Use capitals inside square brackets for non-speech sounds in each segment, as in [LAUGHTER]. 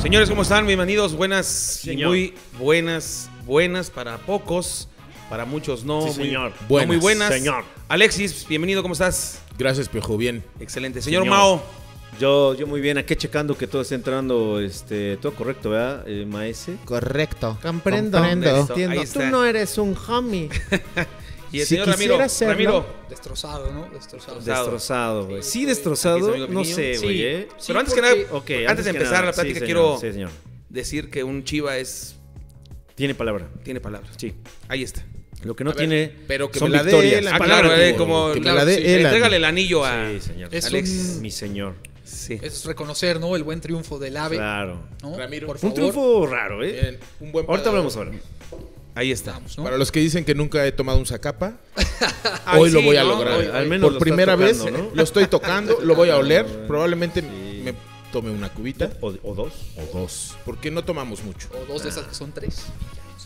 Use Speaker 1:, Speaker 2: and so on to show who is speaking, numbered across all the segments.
Speaker 1: Señores, ¿cómo están? Bienvenidos. Buenas, y
Speaker 2: Señor.
Speaker 1: muy buenas, buenas para pocos, para muchos no.
Speaker 2: Sí,
Speaker 1: muy,
Speaker 2: señor.
Speaker 1: no
Speaker 3: Buenas,
Speaker 1: muy buenas.
Speaker 2: señor.
Speaker 1: Alexis, bienvenido, ¿cómo estás?
Speaker 3: Gracias, Piojo. Bien.
Speaker 1: Excelente. Señor,
Speaker 2: Señor.
Speaker 1: Mao,
Speaker 2: Yo, yo muy bien, aquí checando que todo está entrando, este, todo correcto, ¿verdad, eh, maese?
Speaker 4: Correcto. Comprendo.
Speaker 3: Comprendo.
Speaker 1: Ahí
Speaker 4: Entiendo.
Speaker 1: está.
Speaker 4: Tú no eres un homie.
Speaker 1: y el
Speaker 4: Si
Speaker 1: señor Ramiro.
Speaker 4: quisiera serlo-
Speaker 1: Ramiro.
Speaker 5: Destrozado, ¿no? Destrozado.
Speaker 1: Destrozado.
Speaker 2: Destrozado, güey. Sí,
Speaker 5: Sí,
Speaker 1: Aquí
Speaker 2: destrozado,
Speaker 1: es amigo
Speaker 2: no
Speaker 1: mío.
Speaker 2: sé,
Speaker 1: Sí.
Speaker 2: güey, ¿eh?
Speaker 1: Pero
Speaker 5: Sí,
Speaker 1: antes que nada,
Speaker 5: porque-
Speaker 2: Ok,
Speaker 1: antes, de
Speaker 2: que
Speaker 1: empezar
Speaker 2: nada,
Speaker 1: la
Speaker 2: sí,
Speaker 1: plática,
Speaker 2: señor,
Speaker 1: quiero
Speaker 2: Sí, señor.
Speaker 1: decir que un chiva es
Speaker 2: Tiene palabra.
Speaker 1: tiene palabras.
Speaker 2: Sí.
Speaker 1: Ahí está.
Speaker 2: Lo que no
Speaker 3: A ver,
Speaker 2: tiene
Speaker 3: pero que
Speaker 2: son
Speaker 3: me la dé
Speaker 2: victorias.
Speaker 3: la
Speaker 1: Ah,
Speaker 3: palabra,
Speaker 1: claro, eh,
Speaker 3: tú,
Speaker 1: como
Speaker 3: que me
Speaker 1: claro,
Speaker 3: la dé
Speaker 1: sí,
Speaker 3: él,
Speaker 1: entrégale
Speaker 3: Andy.
Speaker 1: el anillo a
Speaker 2: Sí, señor.
Speaker 5: Es
Speaker 1: Alexis.
Speaker 5: un-
Speaker 2: Mi señor.
Speaker 1: Sí.
Speaker 5: Es reconocer, ¿no? El buen triunfo del AVE.
Speaker 2: Claro.
Speaker 5: ¿no?
Speaker 3: Ramiro.
Speaker 5: Por
Speaker 3: Un
Speaker 5: favor.
Speaker 2: Un triunfo raro, ¿eh?
Speaker 3: Bien, Un buen
Speaker 2: Ahorita
Speaker 3: paladar.
Speaker 2: hablamos ahora.
Speaker 1: Ahí está.
Speaker 5: Vamos, ¿no?
Speaker 3: Para los que dicen que nunca he tomado un zacapa,
Speaker 2: Ah,
Speaker 1: Ay,
Speaker 3: hoy lo
Speaker 1: sí,
Speaker 3: voy a
Speaker 1: ¿no?
Speaker 3: lograr.
Speaker 1: Hoy-
Speaker 2: al menos
Speaker 3: Por
Speaker 2: lo
Speaker 3: primera
Speaker 2: estás tocando,
Speaker 3: vez
Speaker 2: ¿no?
Speaker 3: lo estoy tocando, lo voy a oler. Probablemente
Speaker 2: Sí.
Speaker 3: me tome una cubita
Speaker 2: O, o dos.
Speaker 3: o dos, porque no tomamos mucho.
Speaker 5: O dos de esas que son tres.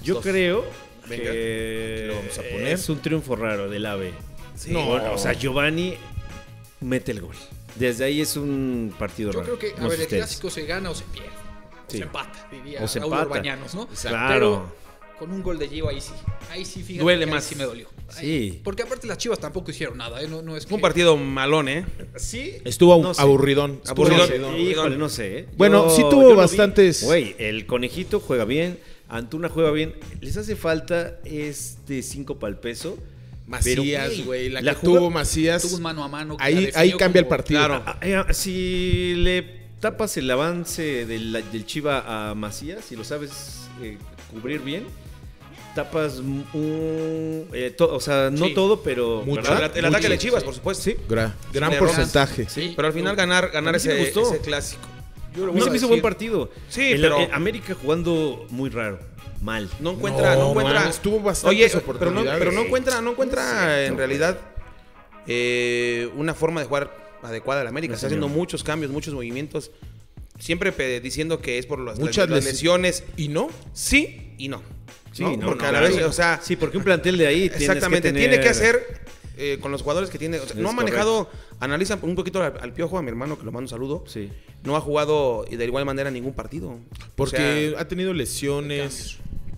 Speaker 2: Yo
Speaker 3: Dos.
Speaker 2: creo
Speaker 3: Venga,
Speaker 2: que
Speaker 3: aquí lo vamos a poner.
Speaker 2: es un triunfo raro del AVE.
Speaker 1: Sí.
Speaker 2: No, o sea, Giovanni mete el gol. Desde ahí es un partido
Speaker 5: Yo
Speaker 2: raro.
Speaker 5: creo que,
Speaker 2: No
Speaker 5: a
Speaker 2: sé
Speaker 5: ver, el
Speaker 2: ustedes.
Speaker 5: clásico se gana o se pierde. O
Speaker 2: Sí.
Speaker 5: se empata, diría
Speaker 2: O se
Speaker 5: Raúl
Speaker 2: empata.
Speaker 5: Orbañanos, ¿no?
Speaker 2: Claro.
Speaker 5: Pero con un gol de Gio ahí sí. Ahí sí, fíjate.
Speaker 1: Duele
Speaker 5: que
Speaker 1: más.
Speaker 5: Ahí sí me dolió. Ahí-
Speaker 2: Sí.
Speaker 5: porque aparte las chivas tampoco hicieron nada, ¿eh? No, no es
Speaker 1: Fue un
Speaker 5: que-
Speaker 1: partido malón, ¿eh?
Speaker 2: Sí.
Speaker 3: Estuvo abu-
Speaker 2: No sé.
Speaker 3: aburridón.
Speaker 2: Estuvo
Speaker 1: Aburridón.
Speaker 2: aburridón. Híjole, no sé. ¿eh?
Speaker 3: Bueno, sí tuvo
Speaker 2: lo vi.
Speaker 3: bastantes-
Speaker 2: Güey, el conejito juega bien. Antuna juega bien. Les hace falta este 5 para el peso. pero,
Speaker 3: Macías, güey, la,
Speaker 2: la
Speaker 3: que
Speaker 2: jugada-
Speaker 3: tuvo Macías.
Speaker 5: Tuvo un mano a mano. que la
Speaker 3: ahí ahí
Speaker 5: definió
Speaker 3: cambia el
Speaker 5: como-
Speaker 3: partido.
Speaker 1: Claro.
Speaker 2: Ah, eh, ah, Si le tapas el avance del, del Chiva a Macías, si lo sabes eh, cubrir bien, tapas un... eh, to- o sea, no
Speaker 1: Sí.
Speaker 2: todo, pero...
Speaker 3: Mucho.
Speaker 1: El,
Speaker 2: ¿verdad?
Speaker 1: at- el ataque
Speaker 5: Mucho,
Speaker 1: de Chivas,
Speaker 5: sí.
Speaker 1: por supuesto. Sí.
Speaker 3: Gra- gran
Speaker 1: errores.
Speaker 3: porcentaje.
Speaker 5: Sí.
Speaker 1: Pero al final ganar, ganar
Speaker 2: A mí sí me
Speaker 1: ese,
Speaker 2: gustó.
Speaker 1: ese clásico. Yo
Speaker 2: A mí se me hizo buen partido.
Speaker 1: Sí,
Speaker 2: El-
Speaker 1: pero-
Speaker 2: eh, América jugando muy raro, mal.
Speaker 1: No encuentra, no,
Speaker 3: No,
Speaker 1: encuentra.
Speaker 3: mames, tuvo bastantes
Speaker 1: pero no,
Speaker 3: oportunidades.
Speaker 1: pero no encuentra, no encuentra en realidad eh, una forma de jugar adecuada al América.
Speaker 2: No,
Speaker 1: Está
Speaker 2: señor.
Speaker 1: haciendo muchos cambios, muchos movimientos. Siempre pe- diciendo que es por las,
Speaker 3: Muchas
Speaker 1: las
Speaker 3: lesi-
Speaker 1: lesiones.
Speaker 3: ¿Y no?
Speaker 1: Sí y no.
Speaker 2: Sí,
Speaker 1: ¿no?
Speaker 2: no,
Speaker 1: Porque
Speaker 2: no,
Speaker 1: a la
Speaker 2: claro.
Speaker 1: vez, o sea,
Speaker 2: Sí, porque un plantel de ahí tienes que
Speaker 1: exactamente, tiene
Speaker 2: tener-
Speaker 1: que hacer eh, con los jugadores que tiene. o sea, no ha
Speaker 2: Es
Speaker 1: manejado, analiza un poquito al, al piojo, a mi hermano que lo mando un saludo.
Speaker 2: Sí.
Speaker 1: No ha jugado de igual manera ningún partido.
Speaker 3: Porque
Speaker 1: O sea,
Speaker 3: ha tenido lesiones,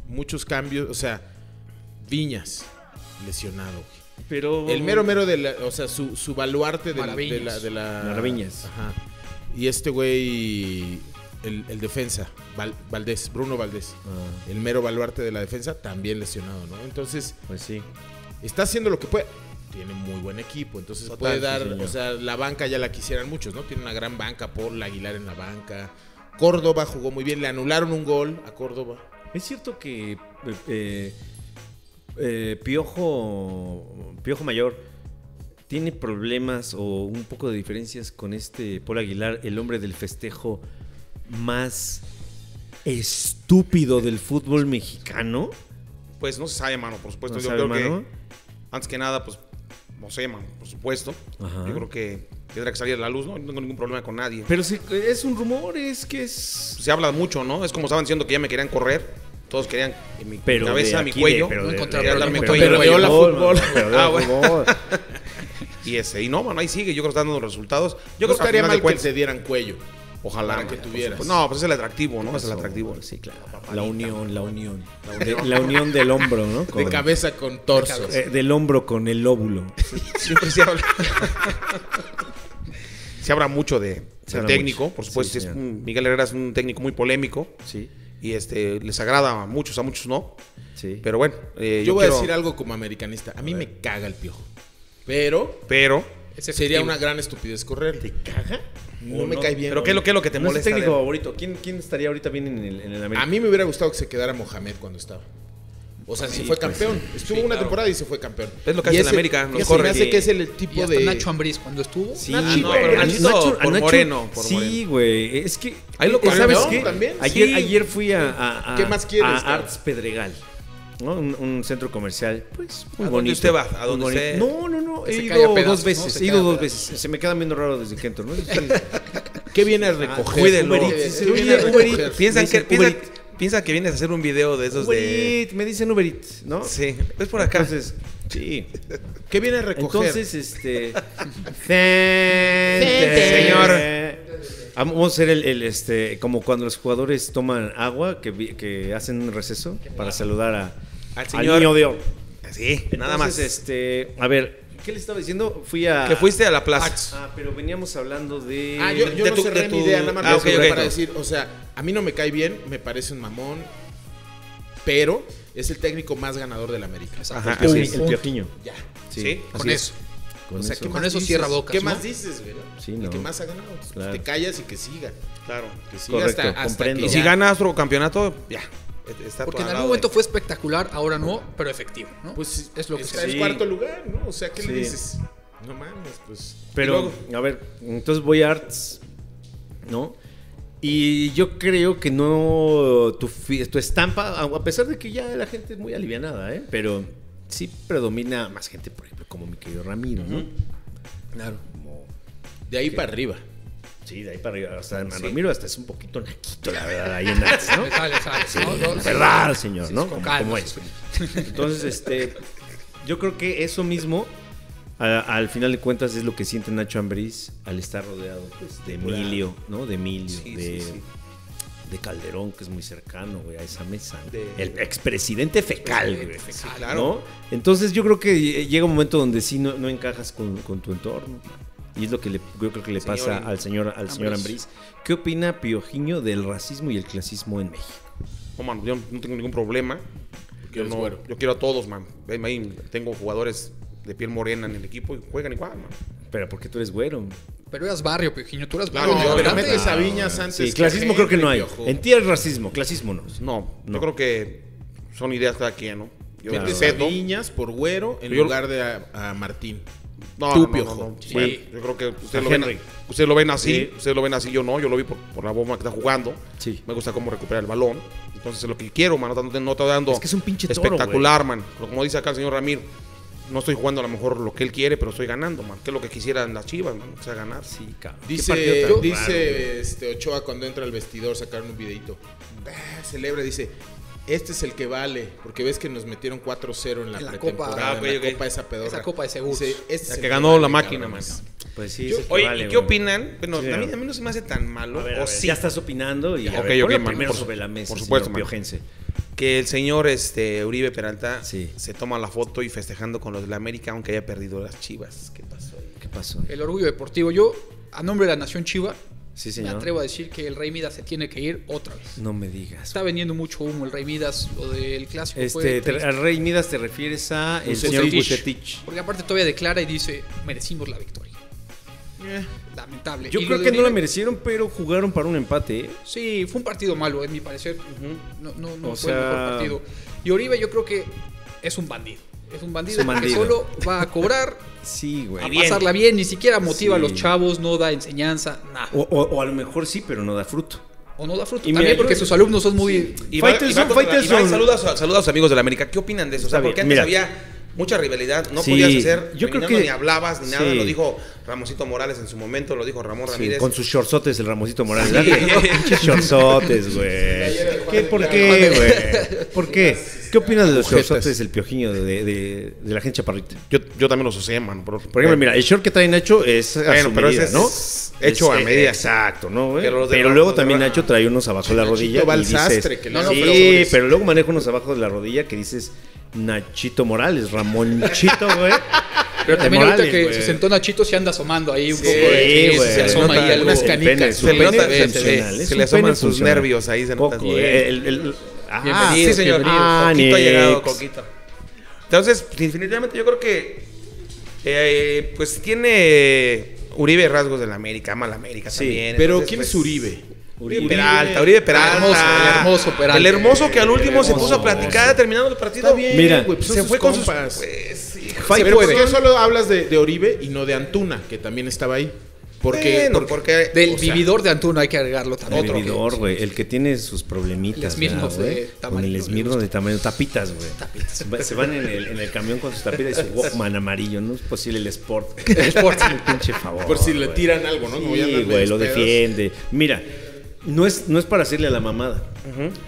Speaker 3: muchos cambios, o sea, Viñas lesionado. güey.
Speaker 2: Pero...
Speaker 3: El mero mero de la, o sea, su, su baluarte de, la- de la,
Speaker 5: Maraviñas.
Speaker 3: de la-
Speaker 2: Maraviñas.
Speaker 3: Ajá. Y este güey, el, el defensa, Val- Valdés, Bruno Valdés,
Speaker 2: Ah,
Speaker 3: el mero baluarte de la defensa, también lesionado, ¿no? Entonces,
Speaker 2: pues sí.
Speaker 3: está haciendo lo que puede. Tiene muy buen equipo, entonces
Speaker 2: Total,
Speaker 3: puede
Speaker 2: sí,
Speaker 3: dar,
Speaker 2: señor.
Speaker 3: o sea, la banca ya la quisieran muchos, ¿no? Tiene una gran banca, Paul Aguilar en la banca. Córdoba jugó muy bien, le anularon un gol a Córdoba.
Speaker 2: Es cierto que eh, eh, Piojo, Piojo Mayor tiene problemas o un poco de diferencias con este Paul Aguilar, el hombre del festejo más estúpido del fútbol mexicano.
Speaker 1: pues no se sabe, mano, por supuesto.
Speaker 2: ¿No
Speaker 1: Yo
Speaker 2: sabe,
Speaker 1: creo que.
Speaker 2: mano?
Speaker 1: Antes que nada, pues, no sé, man, por supuesto.
Speaker 2: Ajá.
Speaker 1: Yo creo que tendrá que salir a la luz, ¿no? No tengo ningún problema con nadie.
Speaker 2: Pero se- es un rumor, es que es...
Speaker 1: Se habla mucho, ¿no? Es como estaban diciendo que ya me querían correr. Todos querían en mi
Speaker 2: Pero de
Speaker 1: cabeza, mi
Speaker 2: aquí
Speaker 1: cuello.
Speaker 2: de- pero
Speaker 5: No
Speaker 2: de-
Speaker 5: encontraron
Speaker 2: de-
Speaker 1: el
Speaker 2: pero
Speaker 1: momento.
Speaker 2: de-
Speaker 1: Pero
Speaker 2: de
Speaker 1: viola
Speaker 3: fútbol.
Speaker 2: mano, pero de
Speaker 1: Ah, bueno.
Speaker 2: fútbol.
Speaker 1: Y ese. Y no, mano, ahí sigue. Yo creo que está dando los resultados. Yo
Speaker 3: Yo
Speaker 1: creo
Speaker 3: no
Speaker 1: que
Speaker 3: estaría mal que
Speaker 1: se
Speaker 3: te dieran cuello. Ojalá
Speaker 1: Para
Speaker 3: que
Speaker 1: que
Speaker 3: tuvieras.
Speaker 1: No, pues es el atractivo, ¿no? Es el atractivo.
Speaker 2: Sí, claro. La unión, la unión. De- La unión, del hombro, ¿no?
Speaker 3: de
Speaker 2: Con-
Speaker 3: cabeza con torso.
Speaker 2: eh, del hombro con el lóbulo.
Speaker 1: Siempre se habla. se habla mucho de,
Speaker 2: Se
Speaker 1: del
Speaker 2: habla
Speaker 1: técnico,
Speaker 2: mucho.
Speaker 1: por supuesto.
Speaker 2: Sí,
Speaker 1: es
Speaker 2: señor.
Speaker 1: un- Miguel Herrera es un técnico muy polémico.
Speaker 2: Sí,
Speaker 1: Y este les agrada a muchos, a muchos no.
Speaker 2: sí.
Speaker 1: Pero bueno, eh,
Speaker 3: yo,
Speaker 1: yo,
Speaker 3: voy
Speaker 1: quiero-
Speaker 3: a decir algo como americanista. A mí me caga el piojo. Pero
Speaker 1: Pero,
Speaker 5: Es efectivo.
Speaker 3: sería una gran estupidez correr. ¿Te caga? No,
Speaker 2: ¿O
Speaker 3: me
Speaker 2: no?
Speaker 3: cae bien.
Speaker 1: pero ¿qué es lo, qué es lo que te
Speaker 2: No es el
Speaker 1: molesta? de-
Speaker 2: técnico favorito. ¿Quién, quién estaría ahorita bien en el, en el América?
Speaker 3: A mí me hubiera gustado que se quedara Mohamed cuando estaba. O sea,
Speaker 1: pues,
Speaker 3: se fue campeón. Estuvo una temporada y se fue campeón.
Speaker 1: Es lo que
Speaker 3: Y
Speaker 1: hace el
Speaker 3: ese-
Speaker 1: América, nos
Speaker 3: ese
Speaker 1: corre.
Speaker 3: Me hace que es el
Speaker 5: Y
Speaker 3: tipo
Speaker 5: hasta
Speaker 3: de.
Speaker 5: Nacho Ambriz cuando estuvo.
Speaker 2: Sí,
Speaker 1: Ah, no,
Speaker 2: güey.
Speaker 1: pero
Speaker 2: A
Speaker 1: Nachito por
Speaker 2: a
Speaker 1: Moreno, por
Speaker 2: sí,
Speaker 1: Moreno.
Speaker 2: güey. Es que.
Speaker 1: Ahí lo
Speaker 2: eh, ¿Sabes
Speaker 1: cambió
Speaker 2: qué?
Speaker 3: también,
Speaker 2: Ayer,
Speaker 3: sí.
Speaker 2: ayer fui a, a- a-
Speaker 3: ¿Qué más quieres,
Speaker 2: a
Speaker 3: cabrón?
Speaker 2: Arts Pedregal. ¿no? Un, un centro comercial, pues, muy
Speaker 1: ¿A dónde
Speaker 2: bonito.
Speaker 1: usted va? ¿A dónde
Speaker 2: muy
Speaker 1: usted-
Speaker 2: bonito. No, no, no.
Speaker 5: Que
Speaker 2: He
Speaker 5: se
Speaker 2: ido
Speaker 5: caiga a pedazos,
Speaker 2: dos
Speaker 5: ¿no?
Speaker 2: veces.
Speaker 5: Se
Speaker 2: He ido
Speaker 5: caiga a
Speaker 2: dos
Speaker 5: pedazos.
Speaker 2: veces. Se me queda viendo raro desde que entro, ¿no?
Speaker 3: ¿Qué viene a
Speaker 1: Ah,
Speaker 3: recoger?
Speaker 1: cuídelo.
Speaker 3: Uber Eats,
Speaker 1: Oye,
Speaker 3: ese
Speaker 2: oye,
Speaker 3: viene a
Speaker 2: Uber
Speaker 3: recoger.
Speaker 2: Eats.
Speaker 1: Piensan que,
Speaker 2: Dicen
Speaker 1: piensan,
Speaker 2: Uber
Speaker 1: piensan que vienes a hacer un video de esos
Speaker 2: Uber
Speaker 1: de.
Speaker 2: Eats, me dicen Uber Eats, ¿no?
Speaker 1: Sí, es por acá.
Speaker 2: Entonces, sí.
Speaker 3: ¿Qué viene a
Speaker 2: [LAUGHS]
Speaker 3: recoger?
Speaker 2: Entonces, este.
Speaker 3: Ten,
Speaker 2: Señor.
Speaker 1: señor.
Speaker 2: Vamos a hacer el, el, este, como cuando los jugadores toman agua, que, vi- que hacen un receso para saludar a,
Speaker 1: Al señor.
Speaker 2: niño de oro.
Speaker 1: Sí, nada más.
Speaker 2: Entonces, este, a ver, ¿qué le estaba diciendo? Fui a.
Speaker 1: que fuiste a la plaza.
Speaker 2: Ah, pero veníamos hablando de.
Speaker 3: Ah, yo, yo
Speaker 1: eh, de
Speaker 3: no
Speaker 1: tu-
Speaker 3: cerré
Speaker 1: de
Speaker 3: mi
Speaker 1: tu-
Speaker 3: idea, nada más
Speaker 1: Ah,
Speaker 3: lo
Speaker 1: ok,
Speaker 3: cerré
Speaker 1: ok.
Speaker 3: para decir, o sea, a mí no me cae bien, me parece un mamón, pero es el técnico más ganador del América.
Speaker 1: Ajá,
Speaker 2: Ah, sí,
Speaker 1: así es.
Speaker 2: el piojiño.
Speaker 3: Ya.
Speaker 1: Sí,
Speaker 5: Con
Speaker 1: así es.
Speaker 5: eso.
Speaker 2: Con
Speaker 3: o sea,
Speaker 2: eso.
Speaker 3: ¿qué
Speaker 5: Con
Speaker 3: más
Speaker 5: eso
Speaker 3: dices?
Speaker 5: cierra bocas,
Speaker 3: ¿Qué
Speaker 5: ¿no?
Speaker 3: más dices, güey? no?
Speaker 2: Sí,
Speaker 3: El
Speaker 2: no.
Speaker 3: que más ha ganado. Pues,
Speaker 2: Claro.
Speaker 3: Te callas y que siga.
Speaker 1: Claro.
Speaker 3: Que siga
Speaker 2: Correcto,
Speaker 3: hasta, ah, hasta
Speaker 2: comprendo.
Speaker 3: que
Speaker 1: Y
Speaker 3: ya-
Speaker 1: si gana otro campeonato, ya. Está
Speaker 5: Porque
Speaker 1: tu al
Speaker 5: en algún
Speaker 1: lado
Speaker 5: momento
Speaker 1: de-
Speaker 5: fue espectacular, ahora no, pero efectivo, ¿no?
Speaker 3: Pues
Speaker 5: es lo que
Speaker 3: está
Speaker 5: se
Speaker 3: en
Speaker 2: Sí.
Speaker 3: cuarto lugar, ¿no? O sea, ¿qué
Speaker 2: Sí.
Speaker 3: le dices? No mames, pues.
Speaker 2: Pero, a ver, entonces voy a Arts, ¿no? Y yo creo que no. Tu, fi- tu estampa, a a pesar de que ya la gente es muy alivianada, ¿eh? Pero sí predomina más gente, por ejemplo, como mi querido Ramiro, ¿no?
Speaker 5: Claro.
Speaker 2: Como-
Speaker 3: De ahí para arriba.
Speaker 2: sí, de ahí para arriba. Hasta Ramiro hasta es un poquito naquito, la verdad, ahí en Arts, ¿no?
Speaker 5: Le sale, sale, ¿no? No,
Speaker 2: La
Speaker 5: [LAUGHS] sí. Pues,
Speaker 2: verdad, señor,
Speaker 5: Sí,
Speaker 2: ¿no?
Speaker 5: con
Speaker 2: Como,
Speaker 5: calma,
Speaker 2: como
Speaker 5: sí,
Speaker 2: es.
Speaker 5: sí.
Speaker 2: Entonces, este, yo creo que eso mismo, a- al final de cuentas, es lo que siente Nacho Ambriz al estar rodeado pues, de Emilio, ¿no? De Emilio,
Speaker 1: Sí,
Speaker 2: de,
Speaker 1: sí, sí.
Speaker 2: de Calderón, que es muy cercano, güey, a esa mesa.
Speaker 1: De-
Speaker 2: El expresidente fecal, güey.
Speaker 1: Sí,
Speaker 5: Ah,
Speaker 1: claro.
Speaker 2: ¿no? Entonces, yo creo que eh, llega un momento donde sí no, no encajas con, con tu entorno. Y es lo que le- yo creo que le
Speaker 1: Señor
Speaker 2: pasa
Speaker 1: Am-
Speaker 2: al señor al señor
Speaker 5: Ambriz.
Speaker 2: Ambriz. ¿Qué opina Piojiño del racismo y el clasismo en México?
Speaker 1: No, man, yo no tengo ningún problema. Yo,
Speaker 3: eres
Speaker 1: no-
Speaker 3: güero.
Speaker 1: yo quiero a todos, man. Ven, ahí tengo jugadores de piel morena en el equipo y juegan igual, man.
Speaker 2: Pero porque tú eres güero.
Speaker 5: Pero eras barrio, Piojiño, tú eras
Speaker 3: Claro,
Speaker 5: barrio.
Speaker 3: no, pero
Speaker 5: antes-
Speaker 3: metes a Viñas antes.
Speaker 2: Sí,
Speaker 1: eh,
Speaker 2: clasismo creo que no hay.
Speaker 3: Henry, piojo.
Speaker 2: En ti es racismo, clasismo no.
Speaker 1: No,
Speaker 2: No.
Speaker 1: yo creo que son ideas cada quien, ¿no? Yo
Speaker 2: Claro.
Speaker 3: Metes a
Speaker 1: respeto.
Speaker 3: Viñas por güero en
Speaker 1: Yo-
Speaker 3: lugar de a, a Martín.
Speaker 1: No,
Speaker 3: Tú,
Speaker 1: no, no,
Speaker 3: piojo.
Speaker 1: no, no.
Speaker 3: Sí.
Speaker 1: Bueno, yo creo que ustedes
Speaker 2: A
Speaker 1: lo, ven,
Speaker 2: Henry.
Speaker 1: ustedes lo ven así,
Speaker 2: Sí.
Speaker 1: ustedes lo ven así, yo no, yo lo vi por, por la bomba que está jugando.
Speaker 2: Sí.
Speaker 1: Me gusta cómo recuperar el balón. Entonces es lo que quiero, man, no, te- no te dando
Speaker 2: Es que es un pinche toro,
Speaker 1: espectacular, man. Pero como dice acá el señor Ramiro, no estoy jugando a lo mejor lo que él quiere, pero estoy ganando, man. Que es lo que quisieran las Chivas, man, o sea, ganar.
Speaker 2: Sí, cabrón.
Speaker 3: Dice, dice este, Ochoa cuando entra al vestidor, sacaron un videito. Bah, celebra, dice, este es el que vale, porque ves que nos metieron 4-0 en la,
Speaker 5: En la
Speaker 3: pretemporada,
Speaker 5: copa.
Speaker 1: Ah, ok,
Speaker 3: en la
Speaker 1: ok.
Speaker 3: copa esa pedorra.
Speaker 5: Esa copa de seguros.
Speaker 3: Dice, este es
Speaker 1: La
Speaker 3: el
Speaker 1: que ganó la
Speaker 3: vale,
Speaker 1: máquina, man.
Speaker 3: cabrones.
Speaker 2: Pues sí,
Speaker 1: Yo-
Speaker 2: es el que
Speaker 1: oye,
Speaker 2: vale,
Speaker 1: ¿y qué
Speaker 2: güey.
Speaker 1: opinan? Bueno,
Speaker 2: Sí,
Speaker 1: a, mí,
Speaker 2: no.
Speaker 1: a mí no se me hace tan
Speaker 2: A
Speaker 1: malo.
Speaker 2: ver, a
Speaker 1: o
Speaker 2: ver,
Speaker 1: sí,
Speaker 2: Ya estás opinando y a
Speaker 1: Ok,
Speaker 2: ver,
Speaker 1: ok,
Speaker 2: ponlo
Speaker 1: man,
Speaker 2: primero
Speaker 1: por su-
Speaker 2: sobre la mesa,
Speaker 1: por
Speaker 2: por
Speaker 1: supuesto,
Speaker 2: supuesto,
Speaker 1: man.
Speaker 2: piojense.
Speaker 1: que el señor este, Uribe Peralta
Speaker 2: Sí.
Speaker 1: se toma la foto y festejando con los de la América, aunque haya perdido las Chivas. ¿Qué pasó ahí?
Speaker 2: ¿Qué pasó?
Speaker 1: Eh,
Speaker 5: El orgullo deportivo. Yo, a nombre de la Nación Chiva,
Speaker 2: Sí,
Speaker 5: me
Speaker 2: señor.
Speaker 5: atrevo a decir que el Rey Midas se tiene que ir otra vez.
Speaker 2: No me digas.
Speaker 5: Está vendiendo mucho humo el Rey Midas, lo del clásico. fue
Speaker 2: Este, te-
Speaker 5: triste.
Speaker 2: al Rey Midas te refieres a el
Speaker 5: Bucetich.
Speaker 2: señor Bucetich.
Speaker 5: Porque aparte todavía declara y dice, merecimos la victoria. Lamentable.
Speaker 2: Eh. Yo
Speaker 5: Y
Speaker 2: creo
Speaker 5: lo
Speaker 2: que
Speaker 5: de
Speaker 2: no la
Speaker 5: Milan-
Speaker 2: merecieron, pero jugaron para un empate. ¿eh?
Speaker 5: Sí, fue un partido malo, en mi parecer. No, no, no
Speaker 2: O
Speaker 5: fue el mejor
Speaker 2: sea-
Speaker 5: partido. Y Oribe yo creo que es un bandido. Es un bandido,
Speaker 2: Es un
Speaker 5: porque
Speaker 2: bandido.
Speaker 5: solo va a
Speaker 2: [LAUGHS]
Speaker 5: cobrar,
Speaker 2: Sí, güey.
Speaker 1: Ah,
Speaker 5: a pasarla bien, ni siquiera motiva a
Speaker 2: Sí.
Speaker 5: los chavos, no da enseñanza, nada.
Speaker 2: O, o- o a lo mejor sí, pero no da fruto.
Speaker 5: O no da fruto.
Speaker 2: Y
Speaker 5: También
Speaker 2: mira,
Speaker 5: porque
Speaker 2: yo-
Speaker 5: sus alumnos son muy...
Speaker 1: Y va-
Speaker 2: Fighters
Speaker 1: y va
Speaker 2: on,
Speaker 1: contra-
Speaker 2: fighters
Speaker 1: y va-
Speaker 2: on.
Speaker 1: saluda, a su- saluda a sus amigos de la América. ¿Qué opinan de eso? O sea,
Speaker 2: Está
Speaker 1: porque
Speaker 2: bien,
Speaker 1: antes
Speaker 2: mira.
Speaker 1: había mucha rivalidad, no
Speaker 2: Sí,
Speaker 1: podías hacer
Speaker 2: yo creo
Speaker 1: caminando,
Speaker 2: que-
Speaker 1: ni hablabas ni nada.
Speaker 2: sí.
Speaker 1: Lo dijo Ramosito Morales en su momento, lo dijo Ramón
Speaker 2: Sí,
Speaker 1: Ramírez.
Speaker 2: con sus shortsotes el Ramosito Morales. ¿verdad? Pinches shortsotes, güey. ¿Qué, ¿Por qué, güey? ¿Por qué? ¿Qué opinas de los shortsotes del piojiño de, de- de la gente chaparrita?
Speaker 1: yo, yo también los usé, mano. Por,
Speaker 2: Por ejemplo, mira, el short que trae Nacho es a
Speaker 1: Bueno,
Speaker 2: su
Speaker 1: pero
Speaker 2: medida,
Speaker 1: ese
Speaker 2: ¿no?
Speaker 1: es hecho a
Speaker 2: eh,
Speaker 1: medida.
Speaker 2: Exacto, ¿no, güey?
Speaker 1: Pero
Speaker 2: Pero,
Speaker 1: los de abajo,
Speaker 2: luego
Speaker 1: los de
Speaker 2: también
Speaker 1: abajo.
Speaker 2: Nacho trae unos abajo de la rodilla
Speaker 3: va
Speaker 2: y
Speaker 3: al
Speaker 2: dices...
Speaker 3: sastre, que le
Speaker 5: no, no,
Speaker 2: sí,
Speaker 5: pero sobre-
Speaker 2: pero luego maneja unos abajo de la rodilla que dices... Nachito Morales, Ramonchito, güey.
Speaker 5: Pero también
Speaker 2: Morales,
Speaker 5: ahorita que
Speaker 2: güey.
Speaker 5: se sentó Nachito se anda asomando ahí un poco.
Speaker 2: Sí,
Speaker 5: de-
Speaker 2: güey.
Speaker 5: Se asoma
Speaker 2: Nota
Speaker 5: ahí algo.
Speaker 3: unas canicas.
Speaker 2: Pene,
Speaker 1: Se le
Speaker 2: pene
Speaker 1: nota- se-
Speaker 2: funcional,
Speaker 1: se-
Speaker 2: es
Speaker 1: se
Speaker 2: un
Speaker 1: le asoman
Speaker 2: pene
Speaker 1: sus
Speaker 2: funcional.
Speaker 1: nervios, ahí se nota.
Speaker 2: Poco, eh, el- el- ah,
Speaker 1: Bienvenido, sí, señor. Ah,
Speaker 2: bienvenido.
Speaker 1: Coquito ha llegado,
Speaker 2: Anix.
Speaker 1: Coquito. Entonces, definitivamente yo creo que eh, pues tiene Uribe rasgos de la América, ama la América
Speaker 2: Sí,
Speaker 1: también.
Speaker 3: Pero
Speaker 1: entonces,
Speaker 3: ¿quién
Speaker 1: pues,
Speaker 3: es Uribe?
Speaker 1: Uribe Peralta, Uribe Peralta.
Speaker 5: El hermoso, el hermoso Peralta.
Speaker 1: El hermoso que al último se
Speaker 2: hermoso.
Speaker 1: puso a platicar terminando el partido.
Speaker 3: Está bien,
Speaker 2: Mira,
Speaker 3: güey, pues son
Speaker 1: se
Speaker 3: sus
Speaker 1: fue con sus
Speaker 3: compas.
Speaker 1: pues, hijo,
Speaker 2: Fight
Speaker 3: Pero
Speaker 2: puede.
Speaker 3: ¿por qué solo hablas de, de Oribe y no de Antuna, que también estaba ahí? Porque,
Speaker 1: bueno,
Speaker 3: porque
Speaker 1: porque
Speaker 5: Del
Speaker 3: O sea,
Speaker 5: vividor de Antuna hay que agregarlo también.
Speaker 2: El vividor, güey. El que tiene sus
Speaker 5: El
Speaker 2: problemitas.
Speaker 5: Smirnoff
Speaker 2: ¿verdad,
Speaker 5: de
Speaker 2: güey? Con
Speaker 5: tamaño,
Speaker 2: el
Speaker 5: le
Speaker 2: esmirno de tamaño. Tapitas, güey. Va- Se van en el, en el camión con sus tapitas y su Walkman amarillo. No es posible el Sport. El Sport. un [LAUGHS] pinche favor.
Speaker 3: por si le
Speaker 1: Oh,
Speaker 2: güey.
Speaker 3: tiran algo, ¿no? Como ya
Speaker 2: Sí,
Speaker 3: andan
Speaker 2: güey,
Speaker 3: medios
Speaker 2: lo
Speaker 3: pedos.
Speaker 2: defiende. Mira, no es, no es para hacerle a la mamada.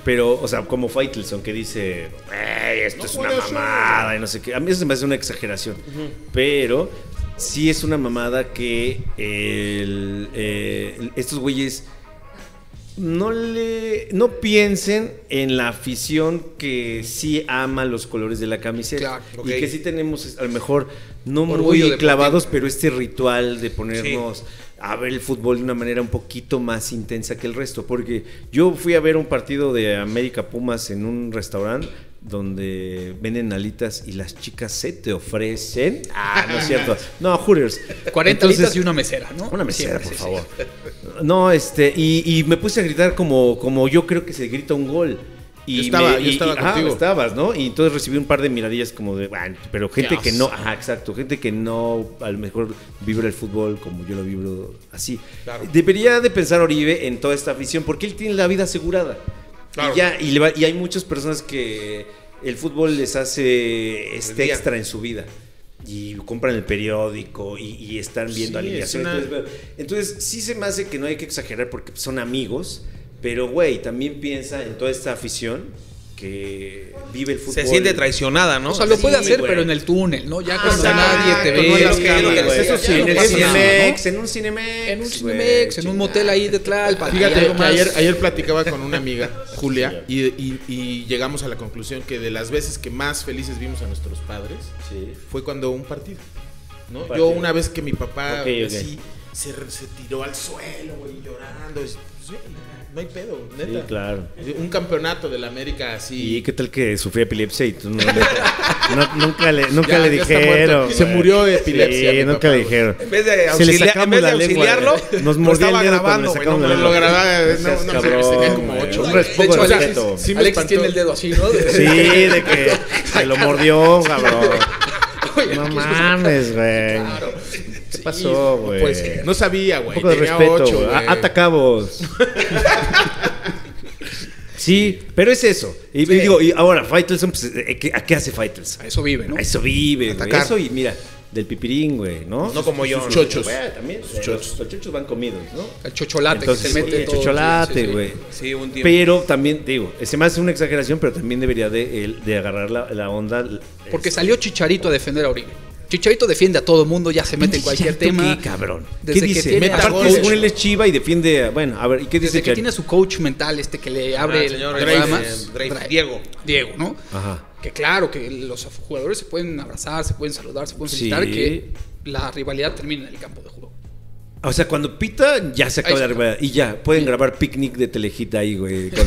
Speaker 2: Pero, o sea, como Faitelson que dice, "Ey, esto es una
Speaker 3: puede ser".
Speaker 2: mamada y no sé qué. A mí eso me hace una exageración. Pero sí es una mamada que el- eh, estos güeyes no le no piensen en la afición que sí ama los colores de la camiseta
Speaker 5: Claro,
Speaker 1: ok.
Speaker 2: y que sí tenemos a lo mejor no
Speaker 5: Orgullo
Speaker 2: muy
Speaker 5: deportivo.
Speaker 2: clavados pero este ritual de ponernos a ver el fútbol de una manera un poquito más intensa que el resto porque yo fui a ver un partido de América Pumas en un restaurante donde venden alitas y las chicas se te ofrecen ah no es
Speaker 5: [LAUGHS]
Speaker 2: cierto no Hooters
Speaker 5: 40
Speaker 2: Entonces,
Speaker 5: litas y una mesera, ¿no?
Speaker 2: una mesera, por
Speaker 5: Siempre, sí, sí.
Speaker 2: favor. No, este, y, y me puse a gritar como, como yo creo que se grita un gol. Y
Speaker 3: Yo estaba,
Speaker 2: me-
Speaker 3: yo
Speaker 2: y-
Speaker 3: estaba
Speaker 2: y- ajá,
Speaker 3: contigo.
Speaker 2: estabas, ¿no? Y entonces recibí un par de miradillas como de, "Ah, pero gente
Speaker 5: Qué
Speaker 2: que no,
Speaker 5: oso.
Speaker 2: ajá, exacto, gente que no a lo mejor vibra el fútbol como yo lo vibro así.
Speaker 1: Claro.
Speaker 2: Debería de pensar Oribe en toda esta afición porque él tiene la vida asegurada.
Speaker 1: Claro.
Speaker 2: Y, ya, y, le va- y hay muchas personas que el fútbol les hace este
Speaker 1: El día.
Speaker 2: extra en su vida. Y compran el periódico y, y están viendo
Speaker 3: Sí,
Speaker 2: alineaciones.
Speaker 3: es una-
Speaker 2: entonces pero- Entonces, sí se me hace que no hay que exagerar porque son amigos, pero güey, también piensa en toda esta afición que vive el fútbol.
Speaker 1: Se siente traicionada, ¿no?
Speaker 5: O sea, lo
Speaker 2: Sí,
Speaker 5: puede hacer,
Speaker 2: güey.
Speaker 5: pero en el túnel, ¿no? Ya cuando
Speaker 1: exacto,
Speaker 5: pues, nadie te
Speaker 1: no en las
Speaker 5: ve.
Speaker 1: calles,
Speaker 5: güey.
Speaker 1: eso sí,
Speaker 5: Ya
Speaker 2: en
Speaker 5: no
Speaker 2: el
Speaker 5: pasa nada,
Speaker 2: Cinemex,
Speaker 5: ¿no?
Speaker 2: en un Cinemex.
Speaker 5: En un
Speaker 2: güey,
Speaker 5: Cinemex, en un
Speaker 2: chingada.
Speaker 5: motel ahí de Tlalpan.
Speaker 3: Fíjate,
Speaker 5: algo
Speaker 3: que
Speaker 5: más.
Speaker 3: ayer, ayer platicaba con una amiga, Julia, y, y- y llegamos a la conclusión que de las veces que más felices vimos a nuestros padres
Speaker 2: Sí.
Speaker 3: fue cuando un partido. ¿no?
Speaker 2: Un
Speaker 3: Yo
Speaker 2: partido.
Speaker 3: una vez que mi papá
Speaker 2: Ok, ok.
Speaker 3: así se, re- se tiró al suelo, güey, llorando. es- pues, güey, no hay pedo,
Speaker 2: Sí,
Speaker 3: neta.
Speaker 2: claro.
Speaker 3: Un campeonato de la América así.
Speaker 2: ¿Y qué tal que sufría epilepsia y tú no, [LAUGHS] no- nunca le, nunca
Speaker 3: Ya,
Speaker 2: le
Speaker 3: ya está
Speaker 2: dijeron?
Speaker 3: muerto. Se
Speaker 2: güey.
Speaker 3: murió de epilepsia,
Speaker 2: Sí,
Speaker 3: mi
Speaker 2: nunca
Speaker 3: papá,
Speaker 2: le
Speaker 3: güey.
Speaker 2: dijeron.
Speaker 1: En vez de,
Speaker 2: Se le
Speaker 1: eh, auxilia-
Speaker 2: sacamos
Speaker 1: en vez de
Speaker 2: la lengua,
Speaker 1: auxiliarlo,
Speaker 2: güey. Nos
Speaker 1: lo
Speaker 2: mordió el
Speaker 1: estaba
Speaker 2: dedo
Speaker 1: grabando, güey.
Speaker 2: cuando le
Speaker 1: No,
Speaker 2: sacamos la
Speaker 1: mames,
Speaker 3: lo
Speaker 1: lo
Speaker 2: lengua.
Speaker 1: grababa.
Speaker 3: grababa,
Speaker 2: No
Speaker 3: no,
Speaker 2: seas
Speaker 3: no, se- se
Speaker 2: cabrón,
Speaker 3: tenía como
Speaker 2: güey.
Speaker 3: ocho.
Speaker 2: Un
Speaker 5: De
Speaker 2: respeto,
Speaker 5: hecho, Alex-
Speaker 2: respeto.
Speaker 3: sí me
Speaker 5: Alex
Speaker 3: espantó.
Speaker 5: tiene el dedo así, ¿no?
Speaker 2: Sí, de que se lo mordió, cabrón.
Speaker 5: Oye,
Speaker 2: No mames, güey. ¿Qué pasó, güey?
Speaker 3: Pues no sabía,
Speaker 2: Un
Speaker 3: güey.
Speaker 2: poco de
Speaker 3: tenía
Speaker 2: respeto,
Speaker 3: ocho,
Speaker 2: güey. Ah,
Speaker 3: güey.
Speaker 2: A- Atacabos. sí, pero es eso. Y, y digo, y ahora, Faitelson, pues, eh, ¿qué- ¿a qué hace Faitelson?
Speaker 5: A eso vive, ¿no?
Speaker 2: A eso vive, güey.
Speaker 1: Atacar.
Speaker 2: Eso y mira, del pipirín, güey, ¿no?
Speaker 1: No como yo.
Speaker 2: Sus
Speaker 1: ¿no?
Speaker 3: chochos.
Speaker 2: Güey, también. eh, Los, los chochos van comidos, ¿no?
Speaker 5: El chocholate
Speaker 2: Entonces,
Speaker 5: que se mete
Speaker 2: el
Speaker 5: todo. Sí,
Speaker 2: chocholate,
Speaker 5: sí, sí.
Speaker 2: güey.
Speaker 1: Sí, un tiempo.
Speaker 2: Pero también, digo, se me hace una exageración, pero también debería de, el- de agarrar la, la onda.
Speaker 5: Porque salió Chicharito a defender a Oribe. Chicharito defiende a todo mundo, ya se mete en cualquier tema.
Speaker 2: ¿Qué cabrón?
Speaker 5: Desde
Speaker 2: ¿Qué
Speaker 5: que
Speaker 2: dice?
Speaker 5: tiene
Speaker 3: a
Speaker 2: Aparte,
Speaker 3: Coach.
Speaker 2: según él es chiva y defiende. a- Bueno, a ver, ¿y qué dice?
Speaker 5: Desde que
Speaker 2: Char-
Speaker 5: tiene a su coach mental este que le
Speaker 1: Ah,
Speaker 5: abre el
Speaker 1: señor
Speaker 5: panorama.
Speaker 1: Dreyfus, eh, Dreyfus,
Speaker 5: Dra-
Speaker 1: Diego.
Speaker 5: Diego, ¿no?
Speaker 2: Ajá.
Speaker 5: Que claro, que los jugadores se pueden abrazar, se pueden saludar, se pueden
Speaker 2: Sí.
Speaker 5: felicitar, que la rivalidad termina en el campo de juego.
Speaker 2: O sea, cuando pita, ya se acaba
Speaker 5: Ahí
Speaker 2: la
Speaker 5: está.
Speaker 2: rivalidad. Y ya, pueden grabar picnic de telejita ahí, güey.
Speaker 5: [LAUGHS]
Speaker 2: Con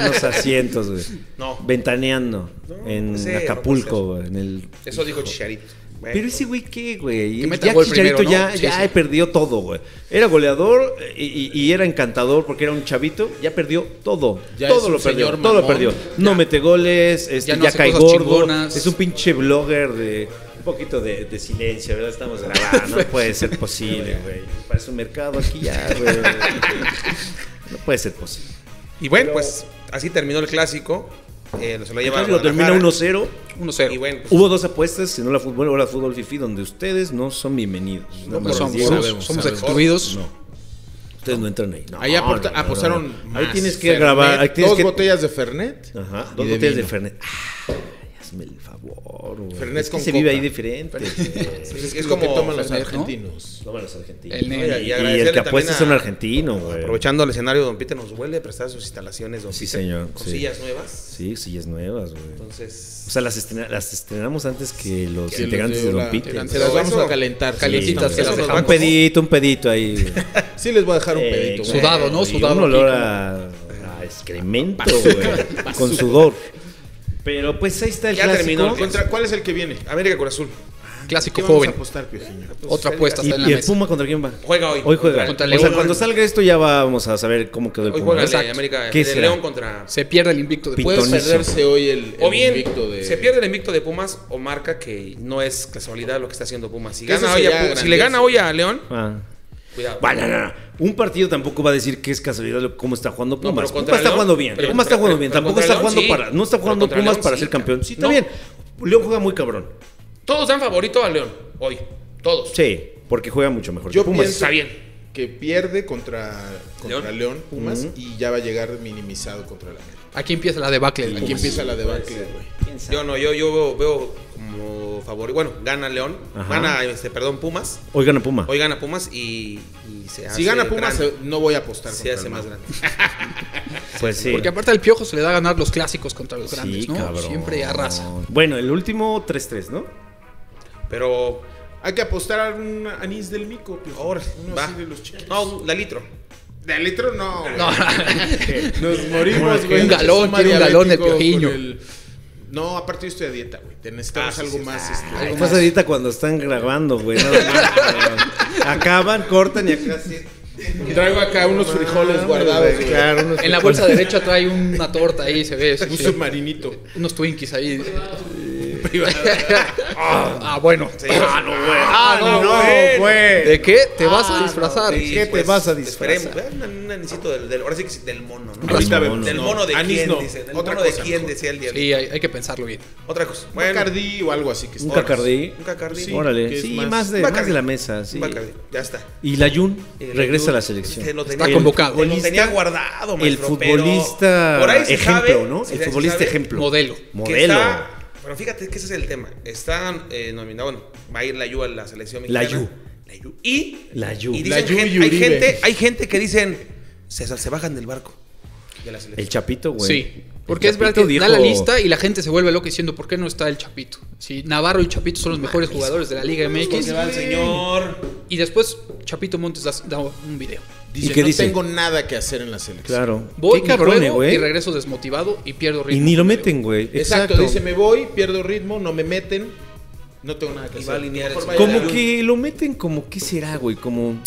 Speaker 2: unos asientos, güey.
Speaker 1: No.
Speaker 2: Ventaneando.
Speaker 1: No,
Speaker 2: en
Speaker 1: no
Speaker 5: pues
Speaker 1: sé, no
Speaker 2: Acapulco,
Speaker 1: puede
Speaker 2: güey. En el...
Speaker 1: Eso dijo Chicharito. Bueno.
Speaker 2: Pero ese güey, ¿qué, güey?
Speaker 5: Que meta
Speaker 2: Ya
Speaker 5: gol
Speaker 2: Chicharito
Speaker 5: primero, ¿no?
Speaker 2: ya,
Speaker 5: Sí,
Speaker 2: ya
Speaker 5: sí.
Speaker 2: perdió todo, güey. Era goleador y, y- y era encantador porque era un chavito. Ya perdió todo.
Speaker 3: Ya es
Speaker 2: todo
Speaker 3: un
Speaker 2: lo perdió.
Speaker 3: señor
Speaker 2: Todo lo
Speaker 3: mamón.
Speaker 2: perdió. No mete goles, este,
Speaker 5: Ya
Speaker 2: ya,
Speaker 5: no hace
Speaker 2: cae
Speaker 5: cosas
Speaker 2: gordo.
Speaker 5: chingonas.
Speaker 2: Es un pinche blogger de... Un poquito de, de silencio, ¿verdad? Estamos
Speaker 5: [LAUGHS]
Speaker 2: grabando.
Speaker 5: Pues
Speaker 2: No puede ser posible, güey. Parece un mercado aquí ya, güey. No puede ser posible.
Speaker 1: Y bueno, pues así terminó el clásico. Eh, se lo lleva
Speaker 2: Entonces lo termina Uh,
Speaker 1: Guadalajara.
Speaker 2: 1-0.
Speaker 5: 1-0.
Speaker 1: Y bueno, pues,
Speaker 2: Hubo dos apuestas, si no la fútbol o la fútbol fifi, donde ustedes no son bienvenidos. Nada
Speaker 5: No
Speaker 2: más
Speaker 5: somos,
Speaker 2: les digo.
Speaker 5: somos,
Speaker 3: sabemos,
Speaker 5: somos
Speaker 3: sabemos.
Speaker 5: excluidos.
Speaker 2: Ustedes no entran ahí. No,
Speaker 3: Ahí aporta-
Speaker 2: no, no, no.
Speaker 3: apostaron.
Speaker 2: Ahí
Speaker 3: más.
Speaker 2: tienes que
Speaker 3: Fernet,
Speaker 2: grabar. Ahí tienes
Speaker 3: dos
Speaker 2: que...
Speaker 3: botellas de Fernet.
Speaker 2: Ajá,
Speaker 3: y
Speaker 2: dos botellas de
Speaker 3: vino.
Speaker 2: Fernet. Ay, hazme el favor, güey.
Speaker 3: Fernet
Speaker 2: Es que
Speaker 3: con
Speaker 2: se vive
Speaker 3: coca.
Speaker 2: ahí diferente. güey.
Speaker 1: es,
Speaker 3: Es,
Speaker 1: es
Speaker 3: como
Speaker 1: como.
Speaker 3: lo que toman los
Speaker 5: Fernet, ¿no?
Speaker 3: argentinos.
Speaker 2: Toman los argentinos.
Speaker 5: El negro.
Speaker 2: Y-
Speaker 1: Y
Speaker 2: Y, el que
Speaker 1: agradecerle
Speaker 2: apuesta es un
Speaker 1: también a-
Speaker 2: argentino, güey.
Speaker 1: Aprovechando el escenario, Don Peter nos vuelve a prestar sus instalaciones, Don
Speaker 2: Sí,
Speaker 1: Peter.
Speaker 2: señor,
Speaker 1: Cosillas nuevas.
Speaker 2: Sí, sillas nuevas, güey.
Speaker 1: Entonces.
Speaker 2: O sea, las, estrena- las estrenamos antes que los
Speaker 3: Que los
Speaker 2: integrantes
Speaker 3: de
Speaker 2: de
Speaker 3: la-
Speaker 2: Don Peter.
Speaker 3: Se las
Speaker 1: Pero
Speaker 3: vamos
Speaker 1: eso-
Speaker 3: a calentar.
Speaker 5: Calientitas,
Speaker 3: Sí,
Speaker 5: se
Speaker 1: eso
Speaker 5: las
Speaker 1: nos
Speaker 5: dejamos.
Speaker 1: va
Speaker 2: Un
Speaker 1: como-
Speaker 2: pedito, un pedito ahí. güey.
Speaker 3: Sí, les voy a dejar un pedito.
Speaker 2: Eh,
Speaker 3: güey.
Speaker 5: Sudado, ¿no?
Speaker 2: y
Speaker 5: Sudado
Speaker 2: Un
Speaker 5: aquí,
Speaker 2: olor
Speaker 5: como-
Speaker 2: a, a excremento, güey. Con sudor. Pero pues ahí está el
Speaker 1: Ya
Speaker 2: clásico.
Speaker 1: terminó el clásico.
Speaker 3: Contra- ¿Cuál es el que viene?
Speaker 1: América Cruz Azul.
Speaker 5: Clásico
Speaker 3: ¿Qué vamos a
Speaker 5: joven.
Speaker 3: apostar, Piojiño?
Speaker 5: Otra apuesta
Speaker 2: ¿Y,
Speaker 5: está en la
Speaker 2: y el
Speaker 5: mesa.
Speaker 2: Puma contra quién va?
Speaker 1: Juega hoy.
Speaker 2: Hoy juega.
Speaker 5: Contra
Speaker 2: o
Speaker 5: León.
Speaker 2: sea, cuando salga esto ya vamos a saber cómo quedó el
Speaker 1: Hoy
Speaker 2: Puma.
Speaker 1: juega el de
Speaker 5: Exacto.
Speaker 1: América.
Speaker 2: ¿Qué
Speaker 1: el de
Speaker 2: será?
Speaker 1: León contra.
Speaker 5: Se pierde el invicto de
Speaker 2: Pintón.
Speaker 5: Puebla.
Speaker 3: Puede
Speaker 2: Pitonizo.
Speaker 3: perderse hoy el,
Speaker 1: O
Speaker 3: el
Speaker 1: bien,
Speaker 3: invicto de.
Speaker 1: se pierde el invicto de Pumas o marca que no es casualidad lo que está haciendo Pumas. Si,
Speaker 3: Que eso
Speaker 1: gana hoy a
Speaker 3: sería
Speaker 1: Pumas- si le gana
Speaker 3: grandioso.
Speaker 1: hoy a León,
Speaker 2: Ah.
Speaker 1: cuidado.
Speaker 2: Bueno, no, no. Un partido tampoco va a decir que es casualidad lo- cómo está jugando
Speaker 1: pero
Speaker 2: Pumas.
Speaker 1: contra
Speaker 2: Pumas está
Speaker 1: León,
Speaker 2: jugando bien.
Speaker 1: pero
Speaker 2: Pumas
Speaker 1: contra-
Speaker 2: está jugando
Speaker 1: pero-
Speaker 2: bien.
Speaker 1: pero
Speaker 2: Tampoco
Speaker 1: contra
Speaker 2: está jugando
Speaker 1: León, sí.
Speaker 2: para. No está
Speaker 1: Pero
Speaker 2: jugando
Speaker 1: contra
Speaker 2: Pumas
Speaker 1: León,
Speaker 2: para
Speaker 1: sí,
Speaker 2: ser campeón. Sí, está
Speaker 1: no.
Speaker 2: bien. León juega muy cabrón.
Speaker 1: Todos dan favorito a León hoy. Todos.
Speaker 2: Sí, porque juega mucho mejor. que
Speaker 3: Yo
Speaker 2: Pumas.
Speaker 1: Está bien.
Speaker 3: que pierde contra, contra
Speaker 5: León.
Speaker 3: León Pumas
Speaker 2: Ujú.
Speaker 3: y ya va a llegar minimizado contra la América.
Speaker 5: Aquí empieza la debacle. del
Speaker 3: Aquí
Speaker 5: Pumas.
Speaker 3: empieza la debacle, güey.
Speaker 1: Yo no, yo, yo veo, veo como favor. Bueno, gana León.
Speaker 2: Ajá.
Speaker 1: Gana, este, perdón, Pumas.
Speaker 2: Hoy gana Puma.
Speaker 1: Hoy gana Pumas y, y se hace.
Speaker 3: Si gana Pumas,
Speaker 1: grande.
Speaker 3: eh, no voy a apostar.
Speaker 1: se,
Speaker 3: contra
Speaker 1: hace
Speaker 3: el
Speaker 1: más
Speaker 3: Mago.
Speaker 1: grande.
Speaker 2: pues sí.
Speaker 5: Porque aparte al piojo se le da a ganar los clásicos contra los
Speaker 2: Sí,
Speaker 5: grandes, ¿no?
Speaker 2: cabrón.
Speaker 5: Siempre arrasa.
Speaker 2: Bueno, el último 3-3, ¿no?
Speaker 1: Pero.
Speaker 3: Hay que apostar a un anís del mico, piojo.
Speaker 1: Ahora,
Speaker 3: Uno
Speaker 1: va.
Speaker 3: así de los chiquitos.
Speaker 1: No, la litro.
Speaker 3: de litro no, güey.
Speaker 5: No, [LAUGHS]
Speaker 3: Nos morimos,
Speaker 5: Un
Speaker 3: güey.
Speaker 5: galón,
Speaker 3: Suma
Speaker 5: quiero un galón de
Speaker 3: diabético
Speaker 5: piojiño.
Speaker 3: con el- No, aparte yo estoy a dieta, güey. Te necesitamos
Speaker 1: Ah, sí,
Speaker 3: algo
Speaker 1: sí,
Speaker 3: más.
Speaker 1: sí.
Speaker 3: este,
Speaker 2: Algo más Pues ahorita cuando están grabando, güey. nada más,
Speaker 1: [LAUGHS]
Speaker 2: cabrón. Acaban, cortan y acá sí.
Speaker 3: Traigo acá unos frijoles guardados, güey.
Speaker 2: Claro, unos
Speaker 5: en la bolsa derecha trae una torta ahí, se ve.
Speaker 3: Un
Speaker 5: este,
Speaker 3: submarinito.
Speaker 5: unos Twinkies ahí. ah, [LAUGHS] ah, bueno.
Speaker 1: Ah, no, güey.
Speaker 5: Ah, no, güey.
Speaker 2: pues.
Speaker 5: ¿De qué te vas a
Speaker 4: Ah,
Speaker 5: disfrazar?
Speaker 4: ¿de qué te vas a disfrazar?
Speaker 1: pues, Esperemos. vean, Un anisito del, del- ahora sí que sí, del mono, ¿no?
Speaker 2: Ahorita
Speaker 1: Del
Speaker 2: vemos.
Speaker 1: Del
Speaker 3: No,
Speaker 1: mono de
Speaker 3: anís
Speaker 1: quién,
Speaker 3: no.
Speaker 1: dice. Del
Speaker 3: Otra
Speaker 1: mono de
Speaker 3: cosa
Speaker 1: quién,
Speaker 3: mejor.
Speaker 1: decía el diablito.
Speaker 5: Sí, hay, hay que pensarlo bien.
Speaker 1: Otra cosa.
Speaker 3: Un
Speaker 1: Bueno,
Speaker 3: Bacardí o algo así que
Speaker 2: Un
Speaker 3: está-
Speaker 2: cacardí.
Speaker 1: un cacardí.
Speaker 3: Sí, que
Speaker 2: Órale.
Speaker 3: es
Speaker 2: Sí,
Speaker 3: más-
Speaker 2: más, de,
Speaker 1: Bacardi.
Speaker 2: más de la mesa. Sí.
Speaker 1: Un Bacardi, Ya está.
Speaker 2: Y la Jun regresa a la
Speaker 1: Se
Speaker 2: selección.
Speaker 1: lo
Speaker 5: Está
Speaker 1: tenía-
Speaker 5: convocado.
Speaker 1: se Lo tenía
Speaker 2: Futbolista-
Speaker 1: guardado,
Speaker 2: El
Speaker 1: maestro,
Speaker 2: futbolista
Speaker 1: pero por ahí se
Speaker 2: ejemplo,
Speaker 1: sabe-
Speaker 2: ¿no?
Speaker 1: se-
Speaker 2: El
Speaker 1: se
Speaker 2: futbolista
Speaker 1: sabe
Speaker 2: ejemplo.
Speaker 5: Modelo.
Speaker 1: que
Speaker 2: Modelo.
Speaker 1: está- pero fíjate que ese es el tema. Está eh, nominado, bueno, va a ir la Yu a la selección
Speaker 2: La
Speaker 1: mexicana.
Speaker 2: Yu.
Speaker 1: La Yu. Y,
Speaker 2: La Yu.
Speaker 1: y dicen
Speaker 3: La Yu
Speaker 1: gen-
Speaker 3: y
Speaker 1: hay,
Speaker 3: Uribe.
Speaker 1: gente, hay gente que dicen, se, se bajan del barco de la selección.
Speaker 2: El Chapito, güey.
Speaker 5: Sí.
Speaker 2: El
Speaker 5: Porque es verdad
Speaker 2: Chapito
Speaker 5: que da la
Speaker 2: dijo-
Speaker 5: lista y la gente se vuelve loca diciendo ¿por qué no está el Chapito? Si Navarro y Chapito son los mejores jugadores de la Liga
Speaker 1: Porque va
Speaker 5: MX
Speaker 1: el señor.
Speaker 5: y después Chapito Montes da, da un video.
Speaker 3: Dice,
Speaker 2: ¿Y qué
Speaker 3: no
Speaker 2: dice?
Speaker 3: tengo nada que hacer en la selección.
Speaker 2: Claro.
Speaker 5: Voy,
Speaker 2: Qué
Speaker 5: y
Speaker 2: cabrones,
Speaker 5: juego
Speaker 2: güey.
Speaker 5: y regreso desmotivado y pierdo
Speaker 2: Y
Speaker 5: ritmo.
Speaker 2: ni lo meten, güey.
Speaker 3: Exacto, dice, me voy, pierdo ritmo, no me meten, no tengo nada que
Speaker 1: Y
Speaker 3: hacer.
Speaker 1: va a alinear
Speaker 3: Mejor
Speaker 1: el-
Speaker 3: vaya
Speaker 2: Como
Speaker 3: a-
Speaker 2: que lo meten como, ¿qué será, güey? Como,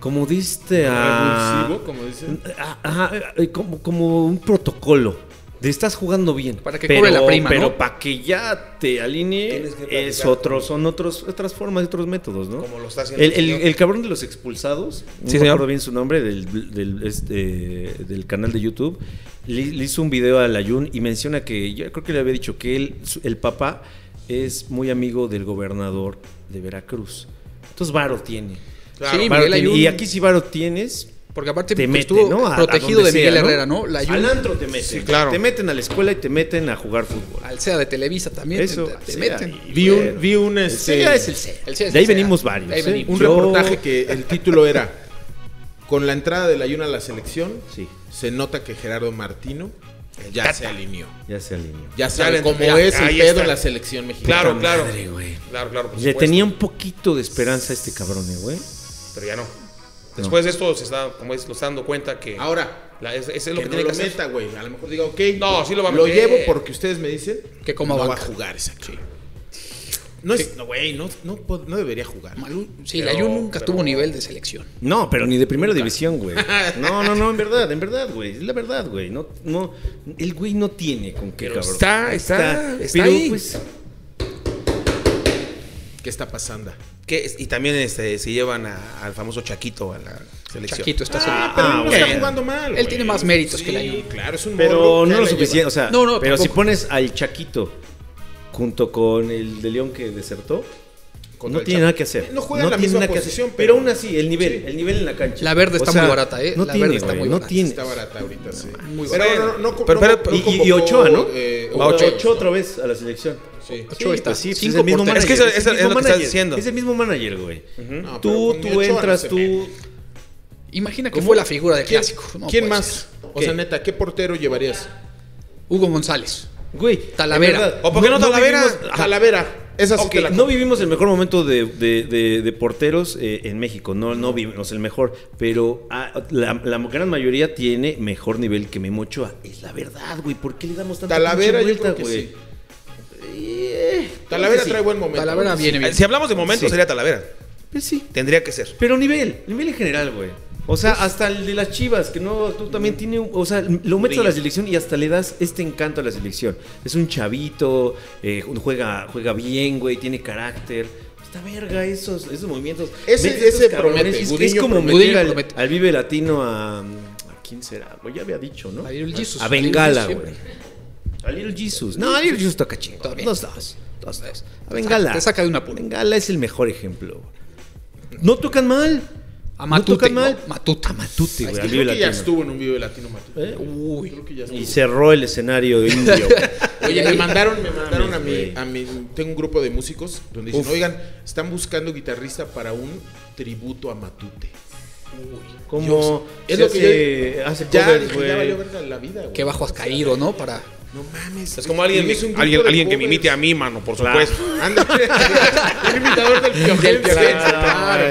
Speaker 2: como diste a...
Speaker 3: Revulsivo, como dicen.
Speaker 2: Ah, ajá, eh, como, como un protocolo. Te estás jugando bien.
Speaker 5: Para que cobre la prima,
Speaker 2: Pero
Speaker 5: ¿no?
Speaker 2: para que ya te alinee,
Speaker 1: Tienes que platicar
Speaker 2: es
Speaker 1: con-
Speaker 2: otros, son otros, otras formas, otros métodos, ¿no?
Speaker 1: Como lo está haciendo
Speaker 2: el,
Speaker 1: el
Speaker 2: el-
Speaker 1: señor.
Speaker 2: el cabrón de los expulsados,
Speaker 1: Sí,
Speaker 2: no
Speaker 1: señor.
Speaker 2: me acuerdo bien su nombre, del, del, este, del canal de YouTube, le, le hizo un video a Layun y menciona que, yo creo que le había dicho que él, su- el papá es muy amigo del gobernador de Veracruz. Entonces, Varo tiene.
Speaker 1: Claro.
Speaker 5: Sí,
Speaker 2: Varo
Speaker 5: Miguel
Speaker 2: tiene.
Speaker 5: Ayun.
Speaker 2: Y aquí si Varo tienes,
Speaker 5: Porque aparte
Speaker 2: te
Speaker 5: pues,
Speaker 2: mete,
Speaker 5: estuvo
Speaker 2: ¿no? A- a
Speaker 5: protegido
Speaker 2: donde
Speaker 5: de Miguel
Speaker 2: sea, ¿no?
Speaker 5: Herrera, ¿no? La Ayun-
Speaker 2: Al antro te meten.
Speaker 1: Sí, claro.
Speaker 2: Te meten a la escuela y te meten a jugar fútbol.
Speaker 5: al SEA de Televisa también te-
Speaker 2: Eso.
Speaker 5: te, te
Speaker 2: sí,
Speaker 5: meten.
Speaker 2: ahí,
Speaker 3: Vi un,
Speaker 2: bueno.
Speaker 3: vi un,
Speaker 2: El
Speaker 3: este,
Speaker 2: SEA es el SEA.
Speaker 5: El SEA es
Speaker 2: de ahí
Speaker 5: el SEA.
Speaker 2: venimos
Speaker 5: De
Speaker 2: varios.
Speaker 5: ahí
Speaker 2: ¿eh?
Speaker 5: venimos.
Speaker 3: un
Speaker 2: Yo-
Speaker 3: reportaje que el título era, con la entrada de la Yuna a la selección,
Speaker 2: Sí,
Speaker 3: se nota que Gerardo Martino ya
Speaker 1: Tata.
Speaker 3: se alineó.
Speaker 2: ya se alineó.
Speaker 3: Ya
Speaker 1: le
Speaker 3: sabe
Speaker 1: entró,
Speaker 3: cómo
Speaker 1: ya,
Speaker 3: es el
Speaker 1: ahí
Speaker 3: pedo
Speaker 1: está.
Speaker 3: en la selección mexicana.
Speaker 1: Claro, claro.
Speaker 2: Madre, güey.
Speaker 1: Claro, claro. por
Speaker 2: Le
Speaker 1: supuesto.
Speaker 2: tenía un poquito de esperanza a este cabrón, eh, güey.
Speaker 1: Pero ya no. Después de esto, se está, como es, lo está dando cuenta que.
Speaker 3: Ahora,
Speaker 1: la- es, es
Speaker 3: que
Speaker 1: lo que,
Speaker 3: no
Speaker 1: tiene
Speaker 3: lo
Speaker 1: que hacer.
Speaker 3: meta, güey. A lo mejor diga, ok,
Speaker 1: No, sí lo va a
Speaker 3: Lo
Speaker 1: meter.
Speaker 3: llevo porque ustedes me dicen
Speaker 5: Que coma
Speaker 3: no va a
Speaker 5: banca.
Speaker 3: jugar esa chica. No, es- no, güey, no, no, pod- no debería jugar.
Speaker 5: Malú- sí,
Speaker 1: Pero-
Speaker 5: la Ayun nunca
Speaker 1: pero-
Speaker 5: tuvo nivel de selección.
Speaker 2: No, pero ni de primera división, güey. No, no, no, en verdad, en verdad, güey. Es la verdad, güey. No, no, el güey no tiene con qué,
Speaker 1: Pero
Speaker 2: cabrón.
Speaker 1: está- está- está
Speaker 2: pero,
Speaker 1: ahí.
Speaker 2: pues,
Speaker 3: ¿Qué está pasando?
Speaker 1: Que es- y también este, se llevan a- al famoso Chaquito a la selección.
Speaker 5: Chaquito está
Speaker 3: Ah,
Speaker 5: solito.
Speaker 2: Ah,
Speaker 3: pero él no
Speaker 2: bueno.
Speaker 3: está jugando mal.
Speaker 5: Él
Speaker 3: güey.
Speaker 5: tiene más méritos
Speaker 3: Sí,
Speaker 5: que la Yun.
Speaker 3: Claro, es un
Speaker 2: pero
Speaker 3: morro, ya
Speaker 2: no lo
Speaker 3: la
Speaker 2: suficiente.
Speaker 3: lleva.
Speaker 2: O sea,
Speaker 5: No, no,
Speaker 2: pero si
Speaker 5: tampoco.
Speaker 2: pones al Chaquito junto con el de León que desertó,
Speaker 3: Contra
Speaker 2: no
Speaker 3: el
Speaker 2: tiene
Speaker 3: Chaco.
Speaker 2: nada que hacer.
Speaker 3: No juega en la
Speaker 2: tiene
Speaker 3: misma
Speaker 2: nada que hacer.
Speaker 3: posición,
Speaker 2: pero,
Speaker 3: pero-
Speaker 2: aún así, el nivel,
Speaker 3: Sí.
Speaker 2: el nivel en la cancha.
Speaker 5: La verde está muy barata, ¿eh?
Speaker 2: No
Speaker 5: La
Speaker 2: tiene,
Speaker 5: verde está
Speaker 2: güey,
Speaker 5: muy
Speaker 2: no
Speaker 5: barata.
Speaker 2: tiene.
Speaker 3: Está barata ahorita, sí.
Speaker 5: Muy
Speaker 3: pero
Speaker 1: bueno.
Speaker 3: no, no, no,
Speaker 1: Pero- pero-
Speaker 3: no
Speaker 2: Y- y, y
Speaker 3: convocó,
Speaker 2: Ochoa, ¿no?
Speaker 3: eh,
Speaker 2: Ochoa,
Speaker 3: Ochoa.
Speaker 2: Ochoa otra vez a la selección.
Speaker 3: Sí.
Speaker 5: Ochoa está.
Speaker 2: pues sí, pues es
Speaker 5: Cinco
Speaker 2: el mismo
Speaker 5: por tres.
Speaker 2: manager.
Speaker 1: Es que eso-
Speaker 2: el
Speaker 1: eso es
Speaker 2: mismo
Speaker 1: lo que
Speaker 2: manager,
Speaker 1: estás diciendo.
Speaker 2: Es el mismo manager, güey.
Speaker 3: No, pero
Speaker 2: tú
Speaker 3: con
Speaker 2: tú
Speaker 3: Ochoa no se
Speaker 2: entras, tú...
Speaker 3: mete.
Speaker 5: Imagina que fue la figura del
Speaker 3: ¿Quién,
Speaker 5: clásico. No
Speaker 3: quién
Speaker 5: puede
Speaker 3: más?
Speaker 5: ser.
Speaker 3: O sea, neta, ¿qué portero llevarías?
Speaker 5: Hugo González.
Speaker 2: Güey,
Speaker 5: Talavera.
Speaker 2: de verdad,
Speaker 1: ¿O por qué no Talavera?
Speaker 2: vivimos- ajá.
Speaker 3: Talavera. Esa sí
Speaker 2: Ah. Ok,
Speaker 3: te la
Speaker 2: no vivimos el mejor momento de, de- de- de porteros eh, en México, no, no vivimos el mejor, pero ah, la, la gran mayoría tiene mejor nivel que Memo Ochoa. Es la verdad, güey, ¿por qué le damos tanta
Speaker 3: Talavera,
Speaker 2: pinche Eh,
Speaker 3: yo creo que sí. Talavera
Speaker 2: sí.
Speaker 3: trae buen momento.
Speaker 5: Talavera viene bien.
Speaker 1: Eh, Si hablamos de momento,
Speaker 2: Sí.
Speaker 1: sería Talavera.
Speaker 2: Pues sí,
Speaker 1: Tendría que ser.
Speaker 2: pero nivel, nivel en general, güey. O sea,
Speaker 3: Pues
Speaker 2: hasta el de las chivas, que no, tú
Speaker 3: Mm.
Speaker 2: también tiene, un- o sea, lo metes a la selección y hasta le das este encanto a la selección. Es un chavito, eh, juega, juega bien, güey, tiene carácter. Está verga esos, esos movimientos.
Speaker 3: Ese-
Speaker 2: Metes estos
Speaker 3: ese
Speaker 2: cabrones,
Speaker 3: promete,
Speaker 2: Es,
Speaker 3: Gudiño
Speaker 2: es como
Speaker 3: promete.
Speaker 2: meter
Speaker 5: Gudiño
Speaker 2: al,
Speaker 5: promete.
Speaker 2: al Vive Latino a... ¿A quién será? Güey, ya había dicho, ¿no?
Speaker 5: A Little Jesus.
Speaker 2: A Bengala,
Speaker 5: A Little
Speaker 2: güey.
Speaker 5: Jesus
Speaker 2: A Little Jesus. No, a Little Jesus toca chingo.
Speaker 5: Está bien.
Speaker 2: Dos, dos. Dos, dos. A Bengala.
Speaker 5: Te saca de un apuro.
Speaker 2: Bengala es el mejor ejemplo. güey. No tocan mal.
Speaker 5: A
Speaker 2: No
Speaker 5: Matute.
Speaker 2: toca mal.
Speaker 5: ¿no? Matuta.
Speaker 2: Matute, güey,
Speaker 3: Es
Speaker 2: al
Speaker 3: que
Speaker 2: Vive
Speaker 3: creo que ya
Speaker 2: Latino.
Speaker 3: estuvo en un Vive Latino Matute.
Speaker 2: ¿Eh?
Speaker 3: Uy. Creo que ya estuvo.
Speaker 2: Y cerró el [LAUGHS] escenario indio.
Speaker 3: Oye, me mandaron, me mandaron a
Speaker 2: mames,
Speaker 3: mi,
Speaker 2: güey.
Speaker 3: a mi, tengo un grupo de músicos donde dicen,
Speaker 2: Uf.
Speaker 3: oigan, están buscando guitarrista para un tributo a Matute.
Speaker 2: Como
Speaker 3: Es
Speaker 2: es
Speaker 3: lo
Speaker 2: lo
Speaker 3: que
Speaker 2: hace, hace
Speaker 3: Ya,
Speaker 2: covers,
Speaker 3: dije, ya valió
Speaker 2: güey.
Speaker 3: verga la vida, güey.
Speaker 5: Qué bajo has caído, ¿no? Para.
Speaker 3: No mames.
Speaker 1: Es como alguien,
Speaker 3: Tienes un grupo
Speaker 1: alguien,
Speaker 3: de
Speaker 1: alguien que me
Speaker 3: covers.
Speaker 1: imite a mí, mano, por
Speaker 2: Claro.
Speaker 1: supuesto. Ah,
Speaker 3: Anda, [LAUGHS] un imitador del piojense.
Speaker 2: Claro.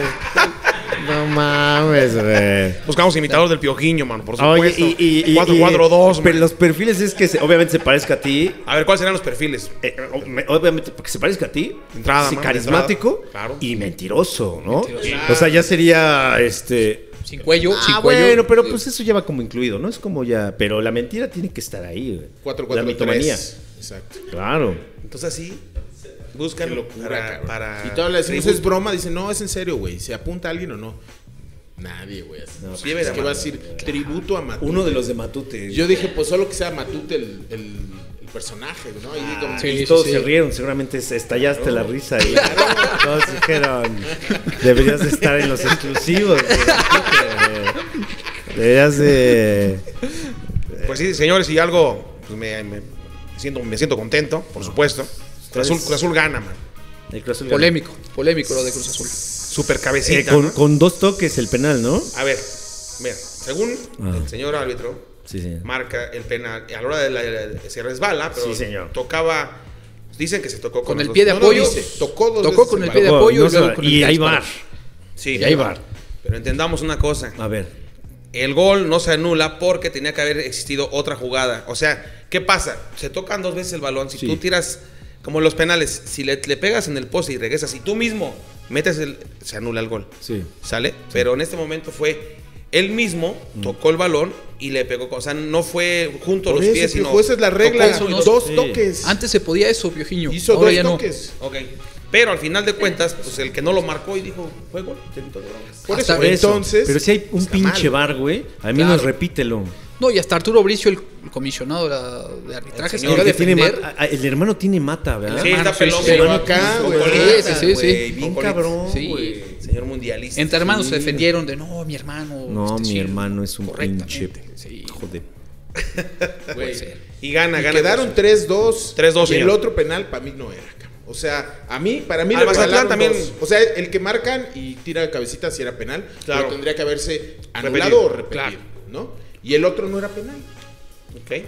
Speaker 4: No mames, güey.
Speaker 1: Buscamos imitador del piojiño, mano, por
Speaker 2: Ah, Oye,
Speaker 1: supuesto.
Speaker 2: y, y, y,
Speaker 1: 442,
Speaker 2: y- Pero
Speaker 1: man.
Speaker 2: los perfiles es que se- obviamente se parezca a ti.
Speaker 1: A ver, ¿cuáles serán los perfiles?
Speaker 2: eh, ob- me- obviamente, porque se parezca a ti.
Speaker 1: De entrada,
Speaker 2: sí,
Speaker 1: man, de
Speaker 2: carismático
Speaker 1: entrada. Claro.
Speaker 2: y mentiroso, ¿no? O sea, ya sería este.
Speaker 5: Sin cuello,
Speaker 2: Ah,
Speaker 5: sin cuello. eh,
Speaker 2: bueno, pero
Speaker 5: Sí.
Speaker 2: pues eso ya va como incluido, ¿no? Es como ya. Pero la mentira tiene que estar ahí, güey. La
Speaker 3: 443.
Speaker 2: mitomanía.
Speaker 3: Exacto.
Speaker 2: Claro.
Speaker 1: Entonces, sí, buscan
Speaker 3: Qué locura,
Speaker 1: para,
Speaker 3: cabrón.
Speaker 1: para-
Speaker 3: Y todos le decimos, es broma. Dicen, no, es en serio, güey. ¿Se apunta alguien o no? Nadie, güey. así.
Speaker 2: No,
Speaker 3: es
Speaker 1: lleven a
Speaker 3: que va a
Speaker 1: Matute,
Speaker 3: decir tributo a Matute.
Speaker 2: Uno de los de Matute.
Speaker 3: Yo dije, pues solo que sea Matute el, el, el personaje, ¿no? Y como,
Speaker 5: sí.
Speaker 2: Ah, Y todos se rieron, seguramente se- estallaste la risa ahí. Todos dijeron, deberías de estar en los exclusivos. güey. Deberías de...
Speaker 1: Pues sí, señores, y algo, pues, me, me siento, me siento contento, por supuesto. Cruz Azul, Cruz Azul gana, man.
Speaker 2: El Cruz Azul ganó.
Speaker 5: Polémico, polémico lo de Cruz Azul.
Speaker 1: Super
Speaker 2: Eh,
Speaker 1: cabecita.
Speaker 2: con,
Speaker 1: ¿no?
Speaker 2: con dos toques el penal, ¿no?
Speaker 1: A ver, mira, según
Speaker 2: Ah.
Speaker 1: el señor árbitro,
Speaker 2: Sí, sí.
Speaker 1: marca el penal. A la hora de la, la- se resbala, pero
Speaker 2: Sí, señor.
Speaker 1: tocaba. Dicen que se tocó con,
Speaker 5: Con el
Speaker 1: los-
Speaker 5: pie de
Speaker 1: No, no,
Speaker 5: apoyo.
Speaker 1: dice,
Speaker 3: tocó dos
Speaker 5: Tocó
Speaker 3: veces
Speaker 5: con
Speaker 3: el
Speaker 5: el pie de
Speaker 2: balón.
Speaker 5: apoyo
Speaker 2: No,
Speaker 5: y luego
Speaker 2: no,
Speaker 5: con el
Speaker 2: y
Speaker 5: que
Speaker 2: ahí
Speaker 5: dispara.
Speaker 2: va.
Speaker 1: Sí,
Speaker 2: Y ahí va.
Speaker 1: Pero entendamos una cosa.
Speaker 2: A ver.
Speaker 1: El gol no se anula porque tenía que haber existido otra jugada. O sea, ¿qué pasa? Se tocan dos veces el balón. Si
Speaker 2: Sí.
Speaker 1: tú tiras, como los penales, si le, le pegas en el poste y regresas y tú mismo metes el. Se anula el gol.
Speaker 2: Sí.
Speaker 1: ¿Sale? Pero en este momento fue. Él mismo tocó el balón y le pegó. O sea, no fue junto a
Speaker 3: Mm. Por
Speaker 1: los
Speaker 3: eso,
Speaker 1: pies, sino.
Speaker 3: Piojo, esa es la regla.
Speaker 5: tocó eso,
Speaker 3: dos
Speaker 2: sí.
Speaker 3: toques.
Speaker 5: Antes se podía eso, Piojiño.
Speaker 3: Hizo
Speaker 5: Ahora
Speaker 3: dos
Speaker 5: ya no.
Speaker 3: toques.
Speaker 1: Ok. Pero al final de cuentas, pues el que no lo marcó y dijo, fue gol.
Speaker 3: Por
Speaker 5: Hasta
Speaker 3: eso,
Speaker 5: eso.
Speaker 3: entonces.
Speaker 2: Pero si hay
Speaker 3: Pues
Speaker 2: un
Speaker 1: está
Speaker 2: pinche
Speaker 1: mal.
Speaker 2: bar, güey, al menos
Speaker 5: Claro.
Speaker 2: repítelo.
Speaker 5: No, y hasta Arturo Bricio, el el comisionado de, la- de arbitraje, se
Speaker 1: señor
Speaker 5: iba a
Speaker 2: El, que tiene
Speaker 5: defender.
Speaker 2: ma- a- el hermano tiene mata, ¿verdad?
Speaker 1: Sí, está
Speaker 2: ¿Ah? Hermano,
Speaker 1: pelón,
Speaker 2: sí, sí.
Speaker 3: pero acá,
Speaker 2: Hermano,
Speaker 3: güey.
Speaker 2: tiene
Speaker 5: Sí,
Speaker 2: mata,
Speaker 5: sí, sí, sí.
Speaker 2: güey, Bien
Speaker 1: Cocolitos.
Speaker 2: cabrón,
Speaker 5: Sí.
Speaker 2: güey.
Speaker 1: Señor mundialista.
Speaker 5: Entre hermanos
Speaker 2: Sí.
Speaker 5: se defendieron de no, mi hermano.
Speaker 2: No,
Speaker 5: este,
Speaker 2: mi
Speaker 5: sí,
Speaker 2: hermano es un pinche.
Speaker 5: correctamente, Sí,
Speaker 2: Joder.
Speaker 3: güey,
Speaker 1: Y gana,
Speaker 3: y
Speaker 1: gana.
Speaker 3: quedaron 3-2.
Speaker 1: 3-2,
Speaker 3: Y el
Speaker 1: señor.
Speaker 3: otro penal para mí no era. cabrón. O sea, a mí, para mí
Speaker 1: Al
Speaker 3: le
Speaker 1: Mazatlán
Speaker 3: regalaron
Speaker 1: también.
Speaker 3: dos. O sea, el que marcan y tira la cabecita si era penal,
Speaker 1: Claro.
Speaker 3: pero tendría que haberse
Speaker 1: Repetido,
Speaker 3: anulado o repetido,
Speaker 1: claro.
Speaker 3: ¿no? Y el otro no era penal.
Speaker 1: Ok.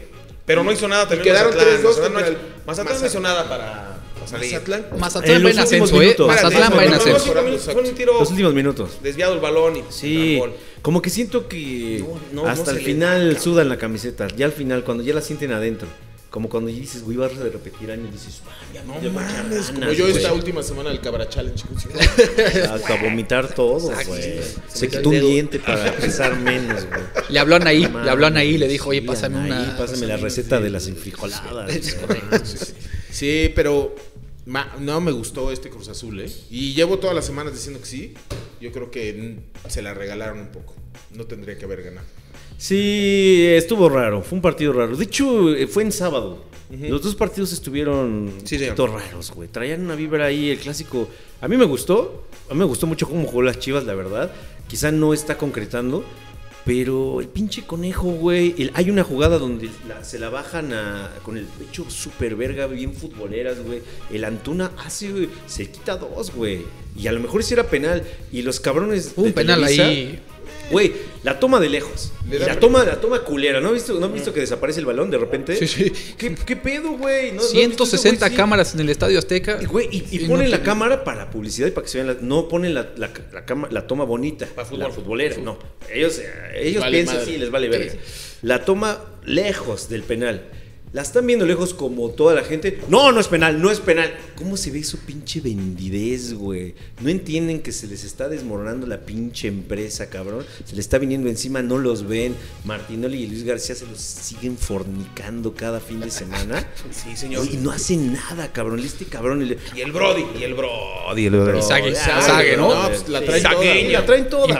Speaker 1: Pero no hizo nada también.
Speaker 3: quedaron 3-2
Speaker 1: Mazatlán, no hizo-
Speaker 3: contra el-
Speaker 1: Mazatlán no hizo nada para, para salir.
Speaker 3: Mazatlán.
Speaker 2: En
Speaker 5: Mazatlán va
Speaker 2: los
Speaker 5: en
Speaker 2: últimos
Speaker 5: ascenso, ¿eh?
Speaker 2: minutos.
Speaker 5: Mazatlán
Speaker 1: Espérate,
Speaker 5: va en
Speaker 1: no, no, no,
Speaker 5: ascenso.
Speaker 1: fue un- Fue un tiro
Speaker 2: Los últimos minutos.
Speaker 1: desviado el balón y
Speaker 2: Sí,
Speaker 1: contra el gol.
Speaker 2: como que siento que
Speaker 1: No, no, no
Speaker 2: hasta
Speaker 1: se
Speaker 2: el
Speaker 1: le da,
Speaker 2: final
Speaker 1: cabrón.
Speaker 2: sudan la camiseta. Ya al final, cuando ya la sienten adentro. Como cuando ya dices, güey, vas a repetir años. Dices, "Ah, ya
Speaker 3: No
Speaker 2: ya me
Speaker 3: mames,
Speaker 2: ganas,
Speaker 3: como yo
Speaker 2: güey".
Speaker 3: esta última semana del Cabra Challenge.
Speaker 2: [LAUGHS] Hasta vomitar todo, güey. Se quitó un diente para pesar menos, güey.
Speaker 5: Le habló a Anaí, le habló a Anaí,
Speaker 2: ahí
Speaker 5: le dijo, oye, pásame una.
Speaker 2: Pásame la receta de las enfrijoladas.
Speaker 5: [LAUGHS]
Speaker 2: güey".
Speaker 3: Sí, pero ma- no me gustó este Cruz Azul, ¿eh? Y llevo todas las semanas diciendo que sí. Yo creo que mm, se la regalaron un poco. No tendría que haber ganado.
Speaker 2: Sí, estuvo raro, fue un partido raro. De hecho, eh, fue en sábado. Los dos partidos estuvieron
Speaker 1: Sí,
Speaker 2: sí,
Speaker 1: señor.
Speaker 2: raros, güey. Traían una vibra ahí, el clásico. A mí me gustó, a mí me gustó mucho cómo jugó las Chivas, la verdad. Quizá no está concretando, pero el pinche conejo, güey. el- hay una jugada donde la- se la bajan a- con el pecho súper verga, bien futboleras, güey. El Antuna hace, güey, se quita dos, güey. Y a lo mejor si era penal. Y los cabrones.
Speaker 5: Hubo
Speaker 2: de
Speaker 5: un penal
Speaker 2: Televisa-
Speaker 5: ahí.
Speaker 2: Güey, la toma de lejos.
Speaker 3: Le
Speaker 2: Y
Speaker 3: da
Speaker 2: la
Speaker 3: pre-
Speaker 2: toma, la toma culera. ¿No has visto, no has visto que desaparece el balón de repente?
Speaker 5: Mm. Sí, sí.
Speaker 2: ¿Qué, qué pedo, güey? ¿No- no has visto eso,
Speaker 5: 160
Speaker 2: güey? Sí.
Speaker 5: cámaras en el Estadio Azteca.
Speaker 2: Y, güey, y, y
Speaker 5: Sí,
Speaker 2: ponen la
Speaker 5: no tiene-
Speaker 2: cámara para publicidad y para que se vean. la- no ponen la, la, la cama- la toma bonita. Para
Speaker 1: fútbol.
Speaker 2: futbolera. No. Ellos, eh, ellos
Speaker 3: vale
Speaker 2: piensan
Speaker 3: madre.
Speaker 2: así les vale verga.
Speaker 5: Sí.
Speaker 2: La toma lejos del penal. La están viendo lejos como toda la gente. No, no es penal, no es penal. ¿Cómo se ve eso pinche vendidez, güey? No entienden que se les está desmoronando la pinche empresa, cabrón. Se les está viniendo encima, no los ven. Martinoli y Luis García se los siguen fornicando cada fin de semana.
Speaker 1: [LAUGHS] Sí, señor.
Speaker 2: Y no hacen nada, cabrón. Este cabrón. el-
Speaker 1: Y el Brody. Y el Brody.
Speaker 5: Isague,
Speaker 2: Ah,
Speaker 5: Isague, ¿no?
Speaker 3: No, pues, la traen
Speaker 1: Isague,
Speaker 3: toda, güey.
Speaker 1: ya.
Speaker 2: La traen toda. güey, la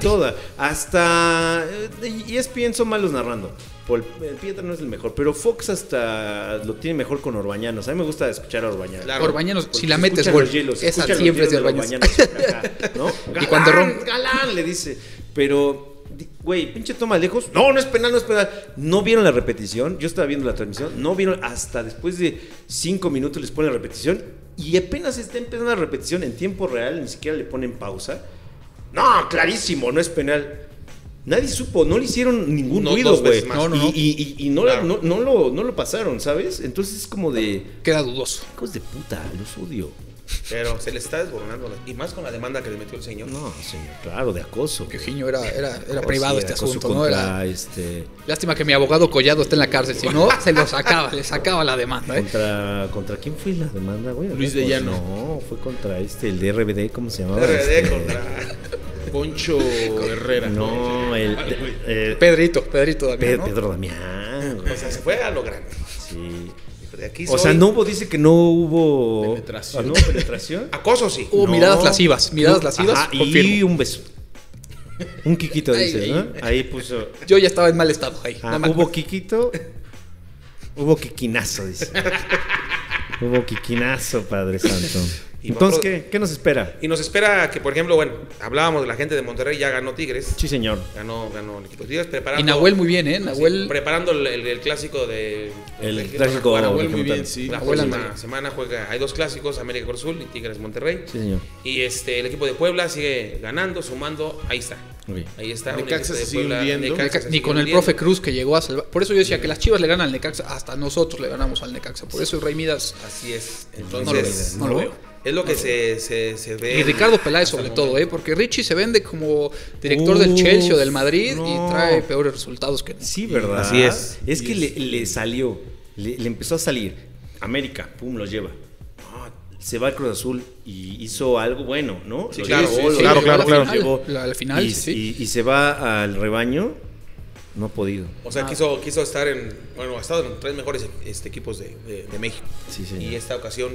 Speaker 2: traen toda. Hasta. eh, Y es pienso malos narrando. Paul eh, Pietra no es el mejor, pero Fox hasta lo tiene mejor con Orbañanos. A mí me gusta escuchar a Orbañanos.
Speaker 1: Claro.
Speaker 5: Orbañanos,
Speaker 2: Porque
Speaker 5: si la
Speaker 2: se
Speaker 5: metes,
Speaker 2: escuchan
Speaker 5: gol.
Speaker 2: los hielos, se
Speaker 5: Esa
Speaker 2: escuchan los
Speaker 5: siempre es de
Speaker 2: hielos
Speaker 5: Orbañanos.
Speaker 2: Ajá, ¿no?
Speaker 5: [LAUGHS] Y cuando
Speaker 2: Galán,
Speaker 5: rompe-
Speaker 2: Galán le dice, pero di- güey, pinche toma lejos. No, no es penal, no es penal. No vieron la repetición. Yo estaba viendo la transmisión. No vieron hasta después de cinco minutos les ponen la repetición y apenas está empezando la repetición en tiempo real, ni siquiera le ponen pausa. No, clarísimo, no es penal. Nadie supo, no le hicieron ningún
Speaker 3: No,
Speaker 2: ruido,
Speaker 3: dos
Speaker 2: güey.
Speaker 3: veces más.
Speaker 2: No, no,
Speaker 5: Y-
Speaker 2: no. Y, y- y no, la-
Speaker 3: Claro.
Speaker 2: no- no lo, no lo pasaron, ¿sabes? Entonces es como de.
Speaker 5: Queda dudoso.
Speaker 2: Hijos de puta, los odio.
Speaker 1: Pero se le está desbornando. la- Y más con la demanda que le metió el señor.
Speaker 2: No, señor, claro, de acoso.
Speaker 5: Que
Speaker 2: güey.
Speaker 5: Eugenio era, era, era
Speaker 2: Acoso
Speaker 5: privado
Speaker 2: y
Speaker 5: este
Speaker 2: acoso
Speaker 5: asunto, ¿no?
Speaker 2: contra,
Speaker 5: Era, ¿Eh?
Speaker 2: este,
Speaker 5: lástima que mi abogado Collado está en la cárcel, si no, se lo sacaba, le sacaba la demanda, ¿eh?
Speaker 2: contra, ¿Contra quién fue la demanda, güey?
Speaker 3: Luis
Speaker 2: Pues
Speaker 3: de Llano.
Speaker 2: No, fue contra este, el de RBD, ¿cómo se llamaba?
Speaker 1: RD
Speaker 2: Este,
Speaker 1: contra.
Speaker 2: [LAUGHS]
Speaker 3: Poncho Herrera.
Speaker 2: No, el. eh, Pe-
Speaker 5: Pedrito, Pedrito
Speaker 2: Pedro,
Speaker 5: también, ¿no?
Speaker 2: Damián, güey.
Speaker 1: O sea, se fue a lo grande.
Speaker 2: Sí.
Speaker 1: De aquí
Speaker 2: O
Speaker 1: soy.
Speaker 2: sea, no hubo, dice que no hubo.
Speaker 3: Penetración.
Speaker 2: Ah, ¿No hubo
Speaker 5: [LAUGHS]
Speaker 2: penetración?
Speaker 1: Acoso sí.
Speaker 5: Hubo
Speaker 2: No.
Speaker 5: miradas lascivas, miradas lascivas,
Speaker 2: Ajá, y
Speaker 5: confirmo.
Speaker 2: un beso. Un Kikito,
Speaker 5: Ay,
Speaker 2: dices,
Speaker 5: ay.
Speaker 2: ¿no? Ahí puso.
Speaker 5: Yo ya estaba en mal estado ahí.
Speaker 2: Ah,
Speaker 5: nada más.
Speaker 2: hubo Kikito. Hubo Kikinazo, dice. hubo Kikinazo, Padre Santo.
Speaker 1: Y
Speaker 2: Entonces,
Speaker 1: vamos-
Speaker 2: ¿qué, ¿qué nos espera?
Speaker 1: Y nos espera que, por ejemplo, bueno, hablábamos de la gente de Monterrey, ya ganó Tigres.
Speaker 2: Sí, señor.
Speaker 1: Ganó, ganó el equipo de Tigres. Preparando,
Speaker 5: Y Nahuel muy bien, ¿eh? Nahuel,
Speaker 1: Preparando el, el- el clásico de.
Speaker 2: El
Speaker 1: de-
Speaker 2: clásico
Speaker 1: Guanajuato.
Speaker 3: Nahuel muy
Speaker 2: Ejemplar.
Speaker 3: bien, sí.
Speaker 1: La
Speaker 5: Nahuel
Speaker 1: próxima
Speaker 5: Andrés.
Speaker 1: semana juega, hay dos clásicos, América Cruz Azul y Tigres Monterrey.
Speaker 2: Sí, señor.
Speaker 1: Y este el equipo de Puebla sigue ganando, sumando, ahí está.
Speaker 2: Ok.
Speaker 1: Ahí está. un
Speaker 3: Necaxa
Speaker 1: equipo de
Speaker 3: se sigue hundiendo.
Speaker 1: Necaxa
Speaker 5: Necaxa-
Speaker 1: se
Speaker 5: ni
Speaker 1: sigue
Speaker 5: con el
Speaker 1: hundiendo.
Speaker 5: profe Cruz que llegó a salvar. Por eso yo decía que las Chivas le ganan al Necaxa, hasta nosotros le ganamos al Necaxa. Por eso el Rey Midas
Speaker 1: Así es.
Speaker 5: no lo veo.
Speaker 1: Entonces,
Speaker 5: No lo veo.
Speaker 1: es lo que se, se, se ve.
Speaker 5: Y Ricardo Peláez sobre todo, ¿eh? porque Richie se vende como director del Chelsea o del Madrid
Speaker 2: no.
Speaker 5: y trae peores resultados que
Speaker 2: Sí, ¿verdad?
Speaker 1: Así es.
Speaker 2: Es que le, le salió, le, le empezó a salir. América, pum, los lleva. Ah, se va al Cruz Azul y hizo algo bueno, ¿no?
Speaker 1: Sí,
Speaker 2: Lo
Speaker 1: claro,
Speaker 2: llevó,
Speaker 1: sí,
Speaker 2: lo
Speaker 1: sí,
Speaker 2: llevó,
Speaker 1: llegó a la
Speaker 2: lo
Speaker 5: final, la- la final,
Speaker 2: y,
Speaker 5: sí, sí.
Speaker 2: y- y se va al rebaño, no ha podido.
Speaker 1: O sea, quiso, quiso estar en. Bueno, ha estado en tres mejores este, equipos de, de- de México.
Speaker 2: Sí, señor. Ah.
Speaker 1: Y esta ocasión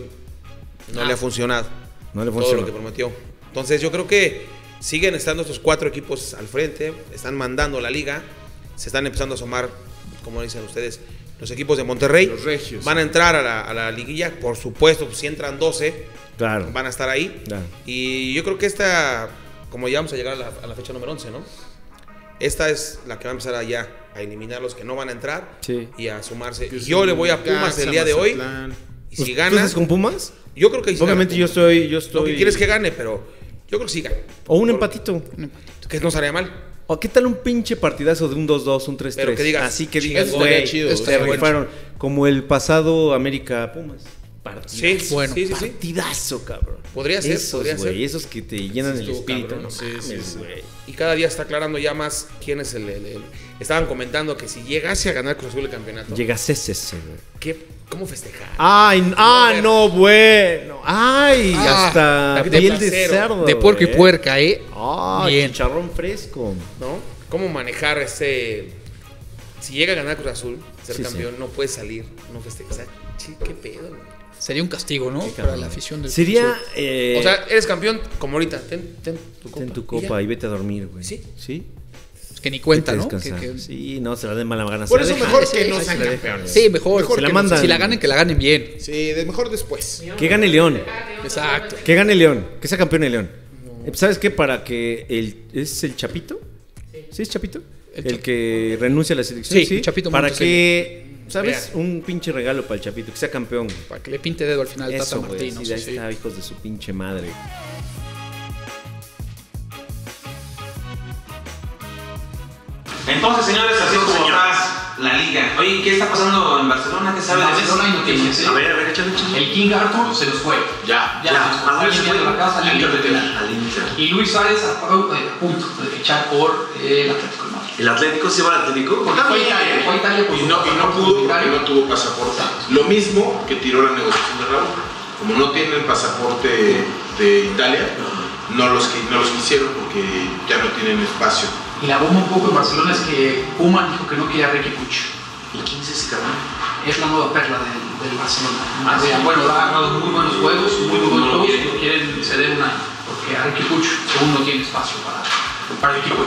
Speaker 1: no le ha funcionado.
Speaker 2: No le
Speaker 1: Todo
Speaker 2: funcionó.
Speaker 1: lo que prometió. Entonces, yo creo que siguen estando estos cuatro equipos al frente. Están mandando la liga. Se están empezando a asomar, como dicen ustedes, los equipos de Monterrey.
Speaker 3: Los regios.
Speaker 1: Van a entrar a la, a la liguilla, por supuesto. pues, Si entran 12,
Speaker 2: Claro.
Speaker 1: van a estar ahí.
Speaker 2: Claro.
Speaker 1: Y yo creo que esta, como ya vamos a llegar a la, a la fecha número 11, ¿no? Esta es la que va a empezar allá a eliminar los que no van a entrar
Speaker 2: Sí.
Speaker 1: y a sumarse. Yo le voy a Pumas el día de hoy. Y si
Speaker 2: Pues, ¿Tú
Speaker 1: gana,
Speaker 2: estás con Pumas?
Speaker 1: yo creo que sí gana
Speaker 2: Obviamente yo
Speaker 1: Pumas.
Speaker 2: estoy, yo estoy.
Speaker 1: Lo que quieres que gane, pero yo creo que sí gana.
Speaker 2: O un
Speaker 1: Por-
Speaker 2: empatito.
Speaker 1: Que no estaría mal.
Speaker 2: ¿O qué tal un pinche partidazo de un 2-2, un 3-3?
Speaker 1: Pero que digas,
Speaker 2: Así que
Speaker 1: chingón,
Speaker 2: digas,
Speaker 3: estaría
Speaker 2: güey,
Speaker 3: chido,
Speaker 2: se
Speaker 3: estaría bueno.
Speaker 2: rifaron. Como el pasado América Pumas.
Speaker 1: Sí,
Speaker 2: Partidazo.
Speaker 1: bueno,
Speaker 5: Bueno,
Speaker 1: sí, sí, sí.
Speaker 2: Partidazo, cabrón.
Speaker 1: Podría ser,
Speaker 2: esos,
Speaker 1: podría
Speaker 2: güey,
Speaker 1: ser.
Speaker 2: Esos que te llenan el
Speaker 3: estuvo
Speaker 2: espíritu.
Speaker 3: cabrón,
Speaker 2: no
Speaker 3: sí,
Speaker 2: mames,
Speaker 3: sí, sí.
Speaker 2: güey.
Speaker 1: Y cada día está aclarando ya más quién es el, el- el- Estaban comentando que si llegase a ganar Cruz Azul el campeonato,
Speaker 2: Llegas ese, ese, güey.
Speaker 1: ¿qué- ¿cómo festejar?
Speaker 2: Ay, n- ah, no, bueno. Ay,
Speaker 5: Ah,
Speaker 2: hasta
Speaker 1: de
Speaker 2: piel de
Speaker 1: placero.
Speaker 2: cerdo.
Speaker 5: De puerco y
Speaker 2: güey.
Speaker 5: puerca, ¿eh?
Speaker 2: Ay,
Speaker 5: Bien.
Speaker 2: chicharrón fresco.
Speaker 1: ¿no? ¿Cómo manejar ese... Si llega a ganar Cruz Azul, ser
Speaker 2: Sí,
Speaker 1: campeón, no puede salir, no festejar. O sea, chi, qué pedo, güey.
Speaker 5: Sería un castigo, ¿no? Para la afición del
Speaker 2: Sería.
Speaker 5: Cruz
Speaker 2: eh,
Speaker 1: O sea, eres campeón como ahorita, ten, ten tu copa.
Speaker 2: ten tu
Speaker 1: y ya.
Speaker 2: copa y vete a dormir, güey.
Speaker 1: Sí.
Speaker 2: Sí.
Speaker 5: Azul. pues, que ni cuenta,
Speaker 2: Vete a
Speaker 5: ¿no? Que-
Speaker 2: descansar.
Speaker 5: que-
Speaker 2: Sí, no, se la den mala gana.
Speaker 3: Por
Speaker 2: se la
Speaker 3: eso
Speaker 2: dejan.
Speaker 3: mejor
Speaker 5: sí,
Speaker 3: que no
Speaker 5: sí,
Speaker 3: sean
Speaker 2: sí.
Speaker 3: campeones.
Speaker 5: Sí, mejor.
Speaker 2: Se la
Speaker 5: que no-
Speaker 2: mandan.
Speaker 5: Si la ganen, que la ganen bien.
Speaker 3: Sí, de- mejor después.
Speaker 2: Que gane León.
Speaker 5: Exacto.
Speaker 2: Que gane León. Que sea campeón el León. Eh, ¿Sabes qué? Para que el. ¿Es el Chapito? ¿Sí es Chapito? El,
Speaker 5: El Chapi-
Speaker 2: que renuncia a la selección.
Speaker 5: Sí, el Chapito
Speaker 2: Para
Speaker 5: Montes,
Speaker 2: que. ¿Sabes?
Speaker 1: Vea.
Speaker 2: Un pinche regalo para el Chapito. Que sea campeón. güey.
Speaker 5: Para que le pinte dedo al final al Tata
Speaker 2: Eso, güey.
Speaker 5: Martino.
Speaker 2: Sí,
Speaker 5: sí,
Speaker 2: ahí
Speaker 5: sí.
Speaker 2: está, hijos de su pinche madre.
Speaker 6: Entonces, señores, así es como está la liga. Oye, ¿qué está pasando en Barcelona? ¿Qué sabe de Messi?
Speaker 7: Barcelona hay noticias, ¿eh?
Speaker 6: A ver, a ver, échale, échale.
Speaker 7: El King Arthur se nos fue.
Speaker 6: Ya, Pues,
Speaker 7: Ya,
Speaker 6: ¿A dónde se
Speaker 7: está
Speaker 6: fue?
Speaker 7: yendo a la casa, al Inter de Milán.
Speaker 6: Al Inter.
Speaker 7: Y Luis Suárez a, pu- eh, a punto de fichar por eh, el Atlético de Madrid.
Speaker 6: ¿El Atlético se va al Atlético?
Speaker 7: Porque fue a Italia, fue a Italia por
Speaker 8: pues, Y
Speaker 7: su
Speaker 8: no, y no
Speaker 7: pasaporte
Speaker 8: pudo porque
Speaker 7: itario.
Speaker 8: no tuvo pasaporte. Lo mismo que tiró la negociación de Raúl. Como no tiene el pasaporte de Italia, no los, qui- no los quisieron porque ya no tienen espacio.
Speaker 7: Y la bomba un poco en Barcelona es que Puma dijo que no quería a Ricky Puch.
Speaker 6: ¿Y quién es ese cabrón?
Speaker 7: Es la nueva perla del, del Barcelona.
Speaker 6: Ah,
Speaker 7: O sea,
Speaker 6: sí.
Speaker 7: Bueno, ha dado muy buenos juegos, muy buenos
Speaker 6: No lo
Speaker 7: juegos,
Speaker 6: quieren.
Speaker 7: y quieren ceder un año. Porque a Ricky Puch, según no tiene espacio para, para el equipo.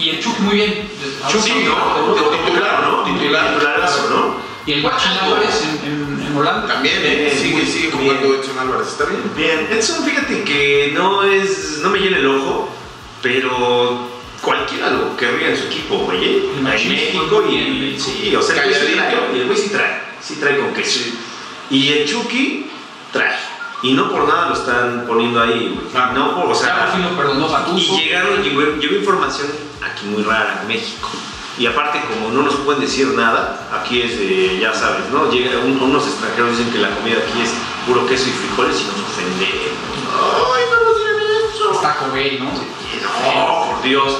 Speaker 7: Y el Chucky muy bien.
Speaker 3: Chucky,
Speaker 7: Ah, Sí,
Speaker 3: ¿no?
Speaker 7: De- de- de-
Speaker 3: Titular, ¿no? Titular, titularazo, ¿no?
Speaker 7: Y el Guacho Álvarez en, en, en Holanda.
Speaker 3: También, ¿eh?
Speaker 9: Eh,
Speaker 3: Sigue,
Speaker 9: muy
Speaker 3: sigue
Speaker 9: bien.
Speaker 3: jugando Edson Álvarez, está bien.
Speaker 9: Bien, Edson, fíjate que no es. no me llena el ojo, pero cualquiera lo querría en su equipo, güey. ¿eh?
Speaker 7: En
Speaker 9: En México y
Speaker 6: ¿eh?
Speaker 9: en. Sí, o sea, el güey sí trae,
Speaker 3: Calladito.
Speaker 9: y el güey sí trae, sí trae con que sí. Y el Chucky trae. Y no por nada lo están poniendo ahí, güey.
Speaker 7: Ah.
Speaker 3: Claro.
Speaker 9: No por, o sea,
Speaker 7: Gabo Fino perdonó a
Speaker 9: Y
Speaker 7: Gattuso.
Speaker 9: llegaron, llegó, llegó información aquí muy rara, en México. Y aparte, como no nos pueden decir nada, aquí es de, ya sabes, ¿no? Llega, un- unos extranjeros dicen que la comida aquí es puro queso y frijoles y nos ofenden. ¡Ay, no nos digan eso!
Speaker 7: Taco Bell, ¿no?
Speaker 9: No, por Dios.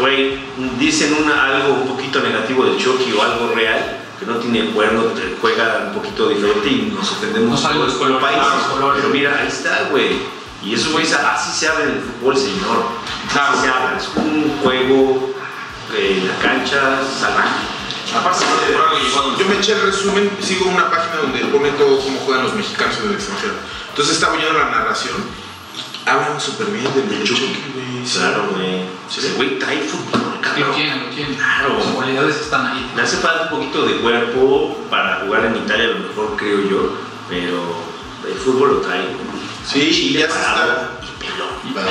Speaker 9: Güey, dicen una- algo un poquito negativo del Chucky o algo real, que no tiene cuerno, te- juega un poquito diferente y nos
Speaker 7: No
Speaker 9: ofendemos
Speaker 7: sale
Speaker 9: todos
Speaker 7: los colores,
Speaker 9: país.
Speaker 7: no, los colores.
Speaker 9: Pero mira, ahí está, güey. Y eso, güey, así se abre el fútbol, señor. Así se abre. Es un juego eh, en la cancha salvaje.
Speaker 3: Aparte,
Speaker 9: por algo
Speaker 3: yo me eché el resumen, sigo una página donde pone todo cómo juegan los mexicanos en el extranjero. Entonces estaba oyendo la narración y hablan súper bien del
Speaker 9: El
Speaker 3: Chucky,
Speaker 9: Chucky,
Speaker 3: güey.
Speaker 9: Claro, güey. Ese güey trae fútbol,
Speaker 7: Lo
Speaker 9: cabrón.
Speaker 7: tienen, lo tienen.
Speaker 9: Claro.
Speaker 7: Las cualidades están ahí.
Speaker 9: Me hace falta un poquito de cuerpo para jugar en Italia, a lo mejor creo yo, pero el fútbol lo trae.
Speaker 3: Sí, y ya se está.
Speaker 9: Y pelón.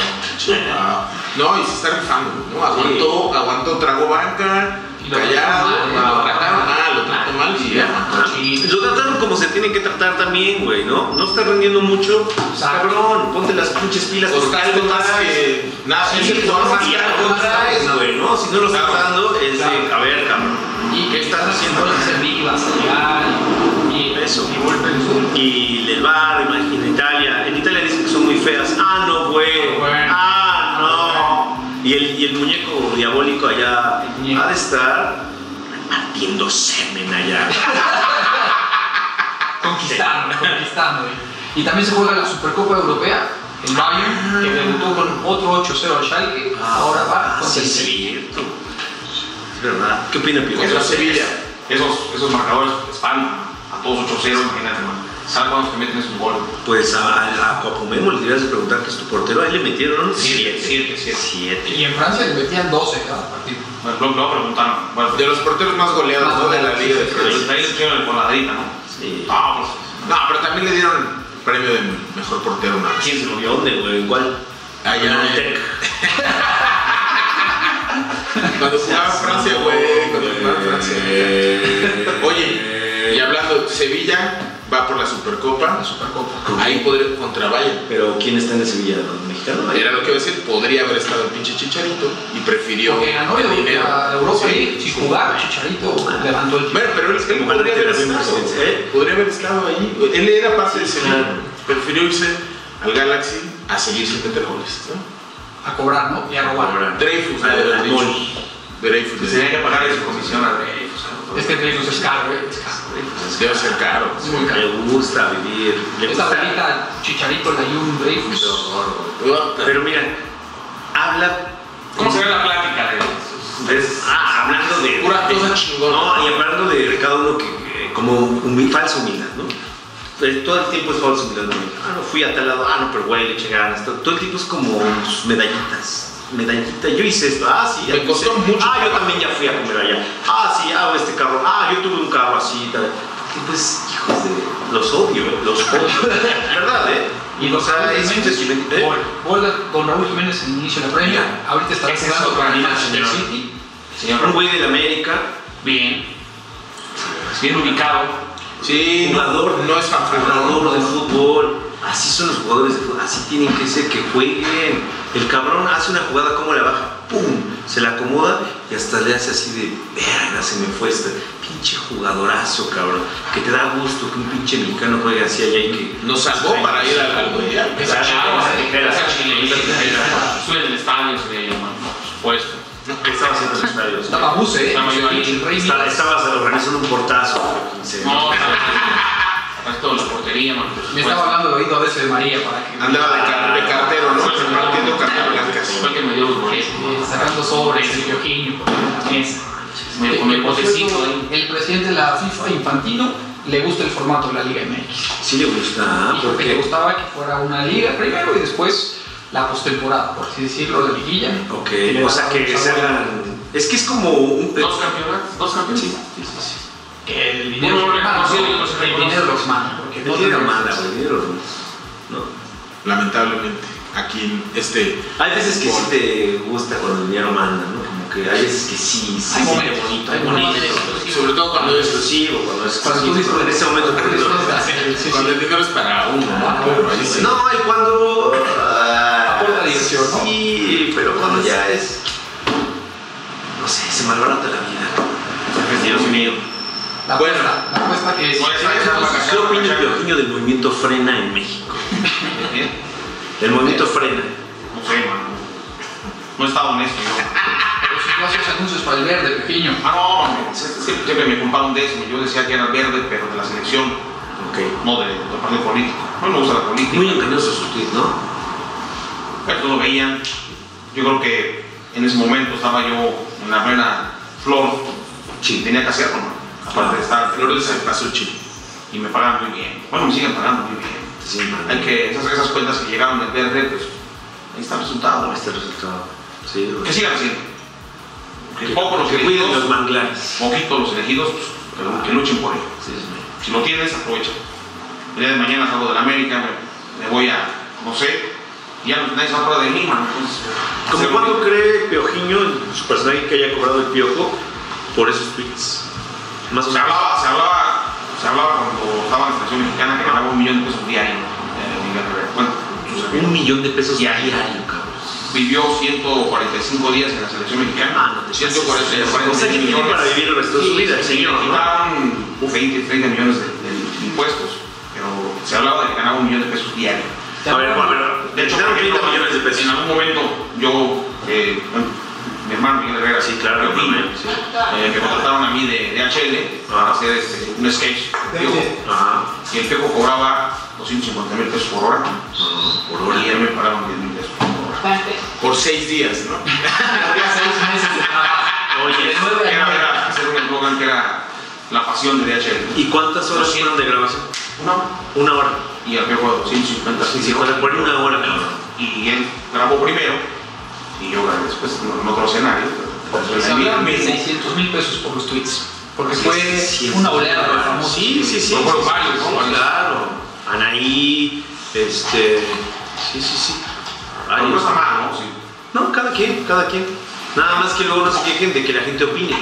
Speaker 3: Ah, [LAUGHS] No, y se está rifando, ¿no? Aguantó, aguantó, tragó banca,
Speaker 7: Y lo
Speaker 3: callado,
Speaker 7: trató mal,
Speaker 3: lo trataron
Speaker 7: lo trataron
Speaker 3: mal, lo trató mal y ya.
Speaker 7: Sí.
Speaker 9: Lo trataron como se tiene que tratar también, güey, ¿no? No está rendiendo mucho. pues,
Speaker 7: Exacto.
Speaker 9: Cabrón, ponte las pinches pilas porque
Speaker 3: Costaste
Speaker 9: algo
Speaker 3: más
Speaker 9: traes.
Speaker 3: que nada,
Speaker 9: Sí,
Speaker 3: pinche
Speaker 9: no,
Speaker 3: forma,
Speaker 9: y
Speaker 3: ya,
Speaker 9: algo
Speaker 3: más
Speaker 9: traes,
Speaker 3: traes,
Speaker 9: güey, ¿no? Si no lo estás
Speaker 3: Claro.
Speaker 9: dando, es de,
Speaker 7: Claro.
Speaker 9: a ver, cabrón.
Speaker 7: Y que estás haciendo las arribas, y
Speaker 9: Eso, y vuelve el fútbol. Y el bar, imagina Italia. En Italia dicen que son muy feas. Ah, no, güey.
Speaker 7: Bueno.
Speaker 9: Ah, no. Y el, y el muñeco diabólico allá
Speaker 7: El muñeco.
Speaker 9: ha de estar repartiendo semen allá.
Speaker 7: conquistando, conquistando. Y, y también se juega la Supercopa Europea, el Bayern, que debutó con otro 8-0 al Schalke, ahora va
Speaker 9: Ah,
Speaker 7: con
Speaker 9: sí,
Speaker 7: el
Speaker 9: es cierto. Es verdad. ¿Qué opina Pío?
Speaker 6: Eso es Pues Sevilla. Esos, esos marcadores espan a todos 8-0, imagínate, man. ¿Sabes cuándo te meten esos goles?
Speaker 9: Pues a, a Cuapomemo le dirás de preguntar que es tu portero. Ahí le metieron
Speaker 6: Siete, siete, siete.
Speaker 9: Siete.
Speaker 7: Y en Francia le metían 12 cada partido.
Speaker 6: Bueno, luego, luego preguntaron. Bueno,
Speaker 3: De los porteros más goleados, ¿no? De la Liga de
Speaker 6: pero
Speaker 3: Francia.
Speaker 6: ahí les dieron el voladrita, ¿no?
Speaker 9: Sí.
Speaker 6: Ah, pues.
Speaker 3: No, pero también le dieron premio de mejor portero una vez.
Speaker 9: ¿Quién se lo vio? ¿Dónde, güey? ¿En cuál?
Speaker 3: Allá,
Speaker 9: en
Speaker 3: eh.
Speaker 9: Oltec.
Speaker 3: Cuando jugaba Francia, güey. Cuando jugaba Francia. Oye, y hablando, Sevilla va por la Supercopa.
Speaker 7: Supercopa.
Speaker 3: Ahí podría contra Bayern.
Speaker 9: Pero ¿quién está en el Sevilla? ¿Los mexicanos?
Speaker 3: Era lo que iba a decir, podría haber estado el pinche Chicharito y prefirió
Speaker 7: Porque ganó
Speaker 3: el dinero.
Speaker 7: la Europa
Speaker 3: Sí.
Speaker 7: League sin jugar, Chicharito levantó el
Speaker 3: Bueno, pero él, él
Speaker 9: Como
Speaker 3: podría haber
Speaker 9: la misma
Speaker 3: estado.
Speaker 9: presencia, ¿eh?
Speaker 3: Podría haber estado ahí. Él era parte de
Speaker 9: Sí,
Speaker 3: Sevilla.
Speaker 9: claro.
Speaker 3: Prefirió irse al Galaxy a seguir sin meter goles, ¿no?
Speaker 7: a cobrar, ¿no? Y a robar.
Speaker 3: Dreyfus,
Speaker 9: Al-
Speaker 3: de
Speaker 9: al Mol.
Speaker 3: Dreyfus.
Speaker 6: Se
Speaker 3: le
Speaker 6: tenía pues, que
Speaker 3: dijo.
Speaker 6: pagar ahí su comisión a Reyes. o sea, todo.
Speaker 7: Es que Dreyfus es caro, ¿eh? es caro.
Speaker 3: Debe ser caro.
Speaker 7: Es muy caro.
Speaker 9: Le gusta vivir. Le
Speaker 7: Esa
Speaker 9: gusta.
Speaker 7: pelita Chicharito, la Jun Dreyfus.
Speaker 9: Pero mira, habla.
Speaker 6: ¿Cómo se ve la plática de esos?
Speaker 9: ves, ah, hablando de.
Speaker 3: Pura
Speaker 9: de-
Speaker 3: cosa chingona.
Speaker 9: No, y hablando de Ricardo, uno que. eh, como humi- falso humildad, ¿no? Pero todo el tiempo es falso humildad. ¿no? Ah, no fui a tal lado. Ah, no, pero güey, le eché ganas. Todo, todo el tiempo es como sus medallitas. Medallita, yo hice esto, ah, sí, ya
Speaker 3: Me
Speaker 9: lo hice.
Speaker 3: costó mucho
Speaker 9: Ah, yo también ya fui a comer allá. Ah, sí, ah, este carro. Ah, yo tuve un carro así, tal. Y pues, hijos de. Los odio, eh, los odio. ¿Verdad, eh?
Speaker 7: Y los
Speaker 9: sea, es un desmenti- ¿eh?
Speaker 7: Gol. Gol de Don Raúl Jiménez en el inicio de la Premier.
Speaker 9: Mira,
Speaker 7: Ahorita está
Speaker 6: ese es
Speaker 7: jugando
Speaker 6: otro
Speaker 7: con el
Speaker 6: animal,
Speaker 7: Manchester
Speaker 6: señor.
Speaker 7: City.
Speaker 6: Señor
Speaker 9: Un
Speaker 6: Ramón,
Speaker 9: güey de la América,
Speaker 6: bien. Bien ubicado.
Speaker 3: Sí,
Speaker 9: jugador,
Speaker 3: no es fanfarrón.
Speaker 9: jugador de fútbol. Así son los jugadores de fútbol, así tienen que ser que jueguen. El cabrón hace una jugada, como la baja? ¡Pum! Se la acomoda y hasta le hace así de verga, se me fue este pinche jugadorazo, cabrón. Que te da gusto que un pinche mexicano juegue así allá y que.
Speaker 3: Nos salvó para ir al al mundial.
Speaker 6: Esa
Speaker 9: Exacto.
Speaker 6: chava, esa tijera, esa
Speaker 9: Exacto.
Speaker 6: chileñita, esa tijera. Sube del estadio, se le llama, ¿no? por supuesto.
Speaker 9: ¿Qué estaba haciendo en los estadios?
Speaker 7: Estaba Buse, ¿eh?
Speaker 6: Estaba
Speaker 7: Buse,
Speaker 6: yo ahí.
Speaker 7: el Rey
Speaker 9: Estaba-
Speaker 7: Midas.
Speaker 9: Estabas organizando un portazo. güey, en serio.
Speaker 6: No, pues, es pues, todo la portería, man. por
Speaker 7: Me estaba
Speaker 6: supuesto.
Speaker 7: hablando de oído a veces de María para que.
Speaker 3: Andaba de, car- de cartero, ¿no? Repartiendo cartas blancas.
Speaker 6: Fue el que me dio los goles.
Speaker 7: Eh, Sacando sobres, el Jorginho, por ejemplo, la mesa.
Speaker 6: Me
Speaker 7: Eh,
Speaker 6: pone
Speaker 7: por
Speaker 6: botecito
Speaker 7: cierto,
Speaker 6: ahí.
Speaker 7: El presidente de la FIFA, Infantino, le gusta el formato de la Liga MX.
Speaker 9: Sí le gusta,
Speaker 6: Ah,
Speaker 9: ¿ah?
Speaker 7: Dijo que le
Speaker 9: porque.
Speaker 7: gustaba que fuera una liga primero y después la postemporada, por así decirlo, de liguilla.
Speaker 9: Ok,
Speaker 7: Y le
Speaker 9: o sea
Speaker 7: ganaron
Speaker 9: que
Speaker 7: los
Speaker 9: se
Speaker 7: Cowboys.
Speaker 9: hagan. Es que es como un.
Speaker 6: Dos campeonatos, dos campeones.
Speaker 9: Sí, sí, sí, sí.
Speaker 7: Que el dinero
Speaker 6: Uno
Speaker 7: los manda,
Speaker 6: reconocido y
Speaker 7: ¿no?
Speaker 6: otro se
Speaker 7: el
Speaker 6: reconoce.
Speaker 7: dinero los manda. Porque
Speaker 9: El
Speaker 7: no
Speaker 9: dinero
Speaker 7: tienen-
Speaker 9: manda, güey, el dinero no.
Speaker 8: Lamentablemente, aquí en este.
Speaker 9: Hay veces que sí
Speaker 8: fútbol.
Speaker 9: te gusta cuando el dinero manda, ¿no? Como que hay veces que sí, sí,
Speaker 7: Hay
Speaker 9: sí,
Speaker 7: momentos,
Speaker 9: bonito,
Speaker 7: hay
Speaker 9: bonito.
Speaker 7: momentos.
Speaker 8: Sobre todo
Speaker 9: Cuando
Speaker 8: cuando es.
Speaker 9: es exclusivo, cuando es
Speaker 7: Cuando tú
Speaker 9: exclusivo,
Speaker 7: disfrutas-
Speaker 9: en ese momento
Speaker 7: cuando
Speaker 9: cuando- "Ah,
Speaker 7: disfrutas, sí, sí,
Speaker 8: Cuando
Speaker 7: sí.
Speaker 8: el dinero es para uno,
Speaker 7: Ah,
Speaker 8: ¿no? Pero ahí sí.
Speaker 9: No, y cuando. ah,
Speaker 7: Aporta diversión, ¿no?
Speaker 9: Sí, pero cuando ya es. No sé, se malbarata la vida. Dios mío.
Speaker 7: La
Speaker 8: Bueno.
Speaker 7: apuesta, la apuesta que es.
Speaker 6: Bueno, sí, sí, sí.
Speaker 9: ¿Qué opina Piojiño del movimiento frena en México? El movimiento frena.
Speaker 6: No sé, mano. No estaba honesto yo.
Speaker 7: Pero si tú haces anuncios para el verde, pequeño.
Speaker 6: Ah, no, hombre, sie- siempre, me compraron de eso. Yo decía que era verde, pero de la selección,
Speaker 9: Ok.
Speaker 6: no de- del partido político. No me gusta la política.
Speaker 9: Muy engañoso su tweet, ¿no?
Speaker 6: Pero todos lo veían. Yo creo que en ese momento estaba yo en la plena flor. Sí, tenía que hacerlo, ¿no? Aparte de estar
Speaker 8: Flor de Cempasúchil.
Speaker 6: y me pagan muy bien. Bueno, me siguen pagando muy bien.
Speaker 9: Sí,
Speaker 6: Hay
Speaker 9: man.
Speaker 6: que, esas, esas cuentas que llegaron del verde, pues ahí está el resultado.
Speaker 9: Este resultado. Sí, güey.
Speaker 6: Que sigan haciendo. Que,
Speaker 9: Que-
Speaker 6: poco los
Speaker 9: que cuiden
Speaker 6: elegidos,
Speaker 9: los manglares.
Speaker 6: poquito los elegidos, pues, que, lo- que luchen por ello.
Speaker 9: Sí, sí.
Speaker 6: Si lo tienes, aprovecha. El día de mañana salgo de la América, me, me voy a, no sé, y ya no- nadie se acuerda de mí, mano. Entonces,
Speaker 9: ¿Cómo
Speaker 6: hacer
Speaker 9: cuánto
Speaker 6: lo que-
Speaker 9: cree Piojiño, su personaje que haya cobrado el piojo, por esos tweets? Más o
Speaker 6: se
Speaker 9: menos.
Speaker 6: hablaba, se hablaba, se hablaba cuando estaba en la selección mexicana que ganaba un millón de pesos diario. eh, Miguel Herrera. Bueno, su servidor.
Speaker 9: Un millón de pesos
Speaker 6: Ya.
Speaker 9: diario, cabrón.
Speaker 6: vivió 145 días en la selección
Speaker 9: Ah,
Speaker 6: mexicana.
Speaker 9: no te pases.
Speaker 6: 145
Speaker 9: O sea, que tiene para vivir el resto de su vida, el señor,
Speaker 6: Le
Speaker 9: ¿no?
Speaker 6: quitaban uf, 20, 30 millones de, de impuestos, pero se hablaba de que ganaba un millón de pesos diario.
Speaker 9: A ver, a ver,
Speaker 6: De hecho,
Speaker 9: quitaron
Speaker 6: por ejemplo,
Speaker 9: 30 millones de pesos.
Speaker 6: En algún momento, yo, eh, bueno, mi hermano Miguel Herrera,
Speaker 9: Sí, claro,
Speaker 6: yo
Speaker 9: mi
Speaker 6: vi,
Speaker 9: hermano, sí.
Speaker 6: eh, que me contrataron a mí de, de HL para
Speaker 9: Ah.
Speaker 6: hacer este, un sketch. contigo,
Speaker 9: Ajá.
Speaker 6: Y el Pejo cobraba 250 mil pesos por hora.
Speaker 9: No, Ah, por
Speaker 6: Y él
Speaker 9: hora.
Speaker 6: me pagaron 10 mil pesos por hora.
Speaker 3: Por seis días, ¿no?
Speaker 7: Ya seis meses de trabajo.
Speaker 9: Oye,
Speaker 7: De nueve a
Speaker 6: Era,
Speaker 7: nueve.
Speaker 6: era hacer un eslogan que era la pasión de DHL.
Speaker 9: ¿Y cuántas horas fueron de grabación?
Speaker 6: No.
Speaker 9: Una hora.
Speaker 6: Y al juego 250
Speaker 9: Sí, sí, fue por una hora, cabrón.
Speaker 6: Y él grabó primero y yo grabé después en en otro escenario. pero- pero
Speaker 7: Se
Speaker 6: en el
Speaker 7: hablaron de
Speaker 6: mismo.
Speaker 7: 600 mil pesos por los tweets. Porque fue
Speaker 9: Sí, sí,
Speaker 7: una
Speaker 9: sí.
Speaker 7: oleada de famosos.
Speaker 9: Sí, sí, sí.
Speaker 6: Pero fueron
Speaker 9: sí,
Speaker 6: varios,
Speaker 9: sí,
Speaker 6: ¿no? Varios.
Speaker 9: Claro. Anaí, este. Sí, sí, sí.
Speaker 6: Pero no
Speaker 9: Varios.
Speaker 6: está mal, ¿no? Sí.
Speaker 9: No, cada quien, cada quien. Nada más que luego no se quejen de que la gente opine.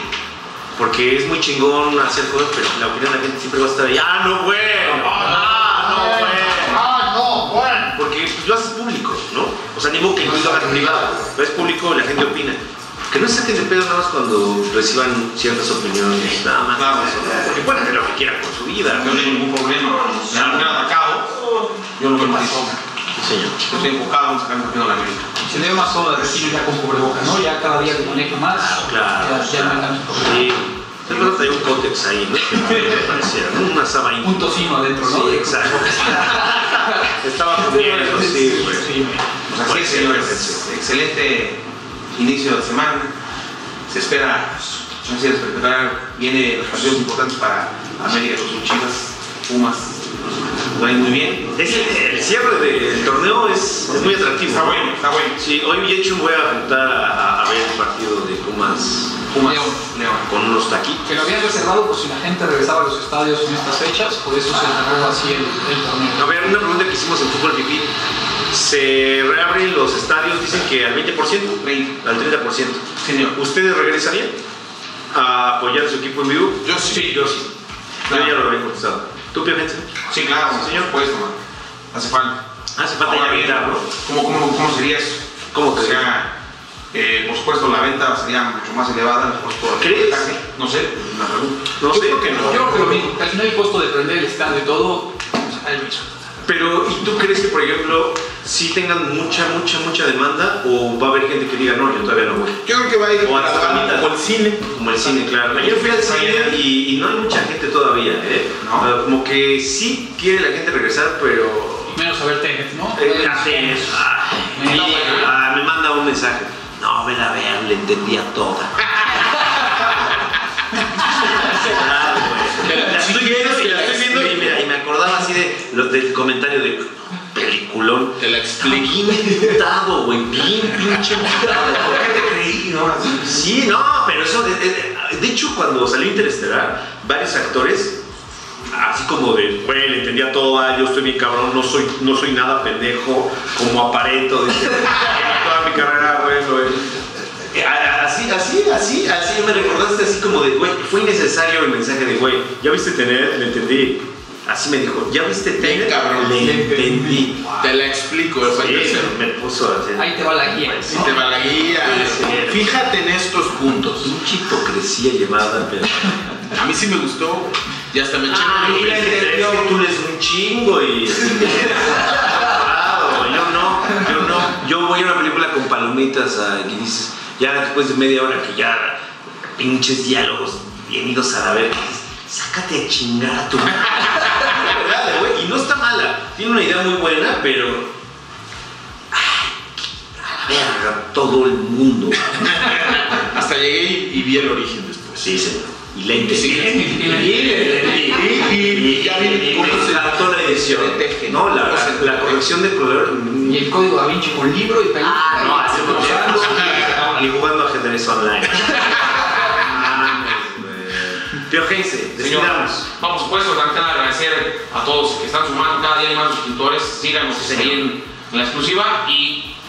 Speaker 9: Porque es muy chingón hacer cosas, pero la opinión de la gente siempre va a estar ahí. ¡Ah, no, güey! ¡Ah, no, güey! ¡Ah, no, güey! Porque pues, lo haces público, ¿no? O sea, ni modo que no lo hagas privado. Lo es público, la gente opina. Que no se saquen de pedo nada más cuando reciban ciertas opiniones, nada más.
Speaker 6: Claro.
Speaker 9: Porque pueden hacer lo que quieran con su vida.
Speaker 6: No tengo ningún problema. Si han atacado, yo lo permito.
Speaker 9: Sí, señor.
Speaker 6: Yo estoy enfocado en sacar el campeón de la América.
Speaker 7: Se le ve más cómodo decir ya con cubrebocas, ¿no? Ya cada día te manejo más.
Speaker 9: Claro.
Speaker 7: Ya, ya me dan
Speaker 9: Sí. Se trata de un cótex ahí, ¿no? Que pareciera, ¿no? Una saba ahí.
Speaker 7: un tocino adentro, ¿no?
Speaker 9: Sí, exacto.
Speaker 7: [LAUGHS]
Speaker 9: Estaba comiendo, sí, güey.
Speaker 7: Sí,
Speaker 6: Pues así es, señores. Excelente inicio de semana. Se espera, no sé, despertar. Viene los partidos importantes para América, los Chivas, Pumas. Lo hay muy bien.
Speaker 9: Es el, el cierre del torneo es, es muy atractivo.
Speaker 6: Está
Speaker 9: ¿no?
Speaker 6: bueno, está bueno.
Speaker 9: Sí, hoy Yechu voy a apuntar a, a ver el partido de Pumas
Speaker 6: Pumas,
Speaker 7: León.
Speaker 6: León.
Speaker 9: con unos taquitos.
Speaker 7: Que lo habían reservado por si la gente regresaba a los estadios en estas fechas, por eso se cerró así el, el
Speaker 9: A
Speaker 7: torneo.
Speaker 9: ver, una pregunta que hicimos en Fútbol Pipí. Se reabren los estadios, dicen que al 20%,
Speaker 6: 30.
Speaker 9: al 30%.
Speaker 6: Señor.
Speaker 9: ¿Ustedes regresarían a apoyar a su equipo en vivo?
Speaker 6: Yo sí.
Speaker 9: yo sí.
Speaker 6: Claro.
Speaker 9: Yo ya lo había contestado. ¿Tú, Pio Jensen?
Speaker 6: Sí, claro,
Speaker 9: Sí,
Speaker 6: señor,
Speaker 9: señor.
Speaker 6: pues, man. Hace falta.
Speaker 9: Hace Ah, falta
Speaker 6: Ahora
Speaker 9: ya
Speaker 6: bien,
Speaker 9: evitarlo.
Speaker 6: ¿Cómo, cómo, cómo sería eso?
Speaker 9: ¿Cómo que?
Speaker 6: O sea, eh, por supuesto, la venta sería mucho más elevada. por supuesto, el
Speaker 9: ¿Crees?
Speaker 6: porcentaje. No sé, una pregunta.
Speaker 9: No
Speaker 6: Yo
Speaker 9: sé.
Speaker 6: creo que
Speaker 7: Yo
Speaker 6: no.
Speaker 7: creo que lo mismo, que al final el costo de prender el estadio y todo, pues, está el mismo.
Speaker 9: Pero, ¿y tú crees que, por ejemplo, si tengan mucha, mucha, mucha demanda o va a haber gente que diga, no, yo todavía no voy?
Speaker 3: Yo creo que va a ir
Speaker 9: O a la salita.
Speaker 3: o el cine.
Speaker 9: Como el cine, claro. Ayer fui al cine y, y no hay mucha gente todavía, ¿eh?
Speaker 6: No.
Speaker 9: Ah, Como que sí quiere la gente regresar, pero...
Speaker 7: Menos a ver Tenet, ¿no?
Speaker 9: Eh, hace eso.
Speaker 7: Me
Speaker 9: Ay, y-
Speaker 7: enoja.
Speaker 9: ah, me manda un mensaje. No, me la vean, le entendía toda. Ah, güey. La estoy viendo y la estoy viendo y me, y me acordaba así de, lo- del comentario de... peliculón.
Speaker 3: Te la explico.
Speaker 9: Bien pintado, güey. Bien pinche pintado.
Speaker 3: [LAUGHS] ¿Por qué te creí? No, así.
Speaker 9: Sí, no, pero eso. De, de- de hecho, cuando salió Interestelar, varios actores, así como de, güey, le entendía todo, ah, yo estoy bien cabrón, no soy, no soy nada pendejo, como aparento, dice, toda mi carrera, güey, lo he- A- a- Así, así, así, así me recordaste así como de, güey, fue innecesario el mensaje de, güey, ya viste tener, le entendí. Así me dijo, ya viste
Speaker 3: Bien
Speaker 9: tener,
Speaker 3: cabrón.
Speaker 9: le entendí.
Speaker 3: Te la explico, fue el
Speaker 9: Sí,
Speaker 3: tercero.
Speaker 9: me puso así.
Speaker 10: Ahí te va la guía.
Speaker 9: Sí,
Speaker 3: Si te va la guía.
Speaker 9: Sí, sí.
Speaker 3: Fíjate en estos puntos.
Speaker 9: Pinche hipocresía llevada, pero.
Speaker 10: Ah,
Speaker 3: A mí sí me gustó. Y hasta me eché
Speaker 9: Ah,
Speaker 3: un
Speaker 9: mira, entendió, tú eres un chingo y.
Speaker 10: [LAUGHS]
Speaker 9: Claro, yo no, yo no. Yo voy a una película con palomitas ah, que dices, ya después de media hora que ya pinches diálogos bien idos a la verga, dices, sácate a chingar a tu madre". La
Speaker 3: [LAUGHS]
Speaker 9: verdad, güey, y no está mala, tiene una idea muy buena, pero. ay, A la verga, todo el mundo.
Speaker 3: Hasta llegué y, y vi el origen después.
Speaker 9: Sí, señor. Y le entendí.
Speaker 3: Sí, sí, sí.
Speaker 9: Y- y- y-
Speaker 3: Ya vi
Speaker 9: y- y-
Speaker 3: cómo
Speaker 9: me
Speaker 3: se-
Speaker 9: encantó la edición.
Speaker 3: se teje,
Speaker 9: No, la,
Speaker 3: cómo se-
Speaker 9: la corrección de color.
Speaker 10: Y el código da Vinci con libro y película.
Speaker 9: Ah, no,
Speaker 10: y-
Speaker 9: hace
Speaker 10: usando-
Speaker 9: mucho. Ni jugando ajedrez online. Piojense, decidamos.
Speaker 6: Vamos pues, Otan, quiero agradecer a todos que están sumando cada día más suscriptores. Síganos
Speaker 9: Sí,
Speaker 6: ahí
Speaker 9: señor.
Speaker 6: en, en la exclusiva y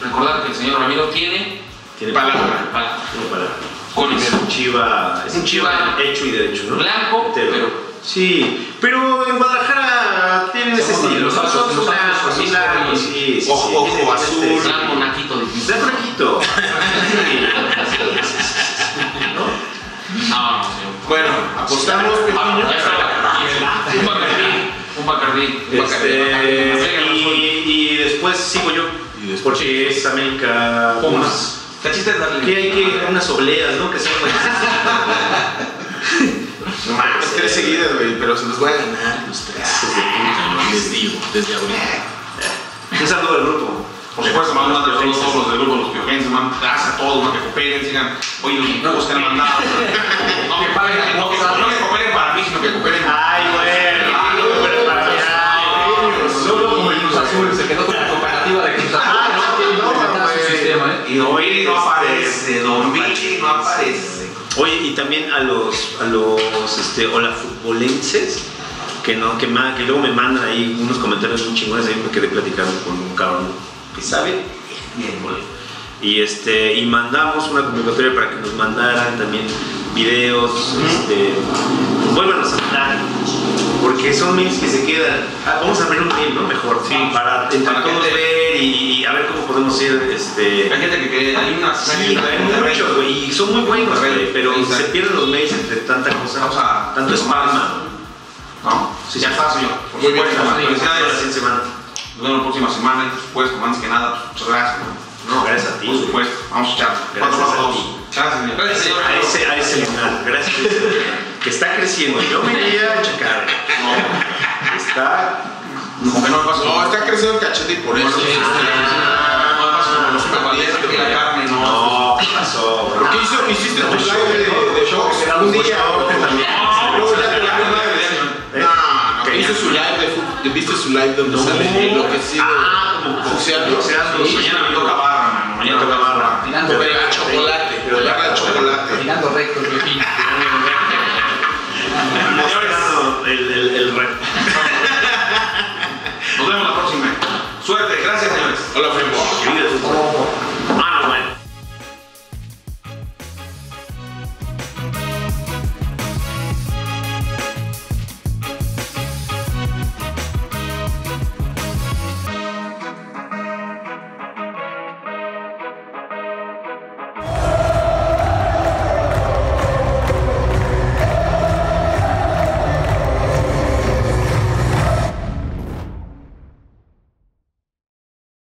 Speaker 6: recordar que el señor Ramiro tiene
Speaker 9: Tiene
Speaker 6: palabra.
Speaker 9: palabra. Tiene palabra.
Speaker 6: Con
Speaker 9: Es
Speaker 6: eso.
Speaker 9: un chiva, es un
Speaker 6: Un chiva
Speaker 9: chiva hecho y derecho, ¿no?
Speaker 6: blanco,
Speaker 9: Entero.
Speaker 6: pero-
Speaker 9: Sí, pero en Guadalajara tienen ese
Speaker 10: Somos
Speaker 9: estilo.
Speaker 10: los altos,
Speaker 9: Nosotros
Speaker 10: los altos,
Speaker 9: blancos,
Speaker 10: así,
Speaker 9: blancos,
Speaker 10: como-
Speaker 9: sí, sí,
Speaker 3: ojo,
Speaker 9: sí,
Speaker 3: ojo
Speaker 9: tienen
Speaker 3: azul.
Speaker 9: este-
Speaker 6: Gran monaquito difícil.
Speaker 9: Da
Speaker 3: [LAUGHS]
Speaker 9: fresquito.
Speaker 6: No, no, señor.
Speaker 3: Bueno, apostamos,
Speaker 6: Ah,
Speaker 3: Pepillo.
Speaker 6: ya está. Un bacardí. Un bacardí. Un bacardí.
Speaker 9: Este,
Speaker 6: Acércanos, güey.
Speaker 9: y, y después sigo yo.
Speaker 3: Y después-
Speaker 9: Porque es América
Speaker 10: Pumas. La chiste es darle.
Speaker 9: Que hay que unas obleas, ¿no? Que son
Speaker 3: [LAUGHS] No mames, tres seguidas, güey, pero se los voy a ganar los tres. Desde punta, les digo, desde ahorita.
Speaker 9: Un saludo del grupo.
Speaker 6: Por supuesto, Pues, mando a todos, todos los del grupo, los piojenses, man, gracias a todos, no que cooperen, sigan, oye, los nuevos que han
Speaker 9: [LAUGHS]
Speaker 6: mandado, no que paguen, no que, no que cooperen para mí, sino que cooperen.
Speaker 9: Ay, bueno.
Speaker 6: Ah, no,
Speaker 9: pero para allá.
Speaker 10: Solo como el Cruz Azul se quedó con la comparativa de Cruz Azul.
Speaker 9: Ah, no, que no,
Speaker 10: Implementar su
Speaker 9: güey.
Speaker 10: sistema, ¿eh?
Speaker 9: Y Don Billy no
Speaker 3: Este,
Speaker 9: aparece, Don Billy
Speaker 3: aparece.
Speaker 9: no aparece. Oye, y también a los, a los, este, hola futbolenses, que no, que, ma- que luego me mandan ahí unos comentarios muy chingones, ahí me quedé platicando con un cabrón que sabe, bien, güey. Y este, y mandamos una convocatoria para que nos mandaran también videos, este, vuelvan a saltar, porque son memes que se quedan. Ah, vamos a abrir un meme, ¿no? Mejor, para entre
Speaker 6: Para que
Speaker 9: todos
Speaker 6: te-
Speaker 9: ver y, y a ver cómo podemos ir, este,
Speaker 6: Hay gente que, que hay una
Speaker 9: Sí, hay muchos, güey, y son muy buenos, güey, pero se pierden los mails entre tanta cosa,
Speaker 6: O sea,
Speaker 9: tanto
Speaker 6: los
Speaker 9: spam.
Speaker 6: ¿no?
Speaker 9: Sí,
Speaker 6: ya
Speaker 9: sí.
Speaker 6: está, señor. Por
Speaker 9: Muy
Speaker 6: supuesto,
Speaker 9: buenos,
Speaker 6: man.
Speaker 9: felicidades.
Speaker 6: felicidades.
Speaker 9: Fin de semana.
Speaker 6: Nos vemos la próxima semana y, por supuesto, antes que nada, pues, muchas gracias, man.
Speaker 9: No, gracias a ti,
Speaker 6: Por
Speaker 9: güey.
Speaker 6: supuesto, vamos a echar. Cuatro
Speaker 9: Gracias a
Speaker 6: más dos.
Speaker 9: ti.
Speaker 6: Gracias, señor.
Speaker 9: A
Speaker 6: Gracias,
Speaker 9: ese,
Speaker 6: señor.
Speaker 9: a ese, a ese lunar, gracias. Que está creciendo, yo me iría a checar. Está.
Speaker 6: Aunque no me pase
Speaker 3: No, está creciendo el cachete y por eso.
Speaker 6: Ah, no me pase como los supervalientes que la carne, no.
Speaker 9: No, ¿qué pasó?
Speaker 3: ¿Pero qué hizo? ¿Hiciste tu live de, de Fox? Un día. Luego ya te la
Speaker 9: ¿Eh?
Speaker 3: No, no, que hizo su live de fútbol. ¿Viste su live donde sale enloquecido?
Speaker 9: Ah, como
Speaker 3: Boxeando.
Speaker 9: boxeando.
Speaker 6: Sí, Mañana me toca barra, mano. Mañana me toca barra.
Speaker 10: Tirando
Speaker 3: Pega
Speaker 10: recto.
Speaker 3: chocolate. Pega chocolate.
Speaker 10: Tirando recto, el Pepín.
Speaker 9: Mostrando el, el, el reto.
Speaker 6: Nos vemos la próxima. Suerte, gracias, señores.
Speaker 3: Hola, Frembo.
Speaker 9: Oh, Que vive el fútbol. Ah,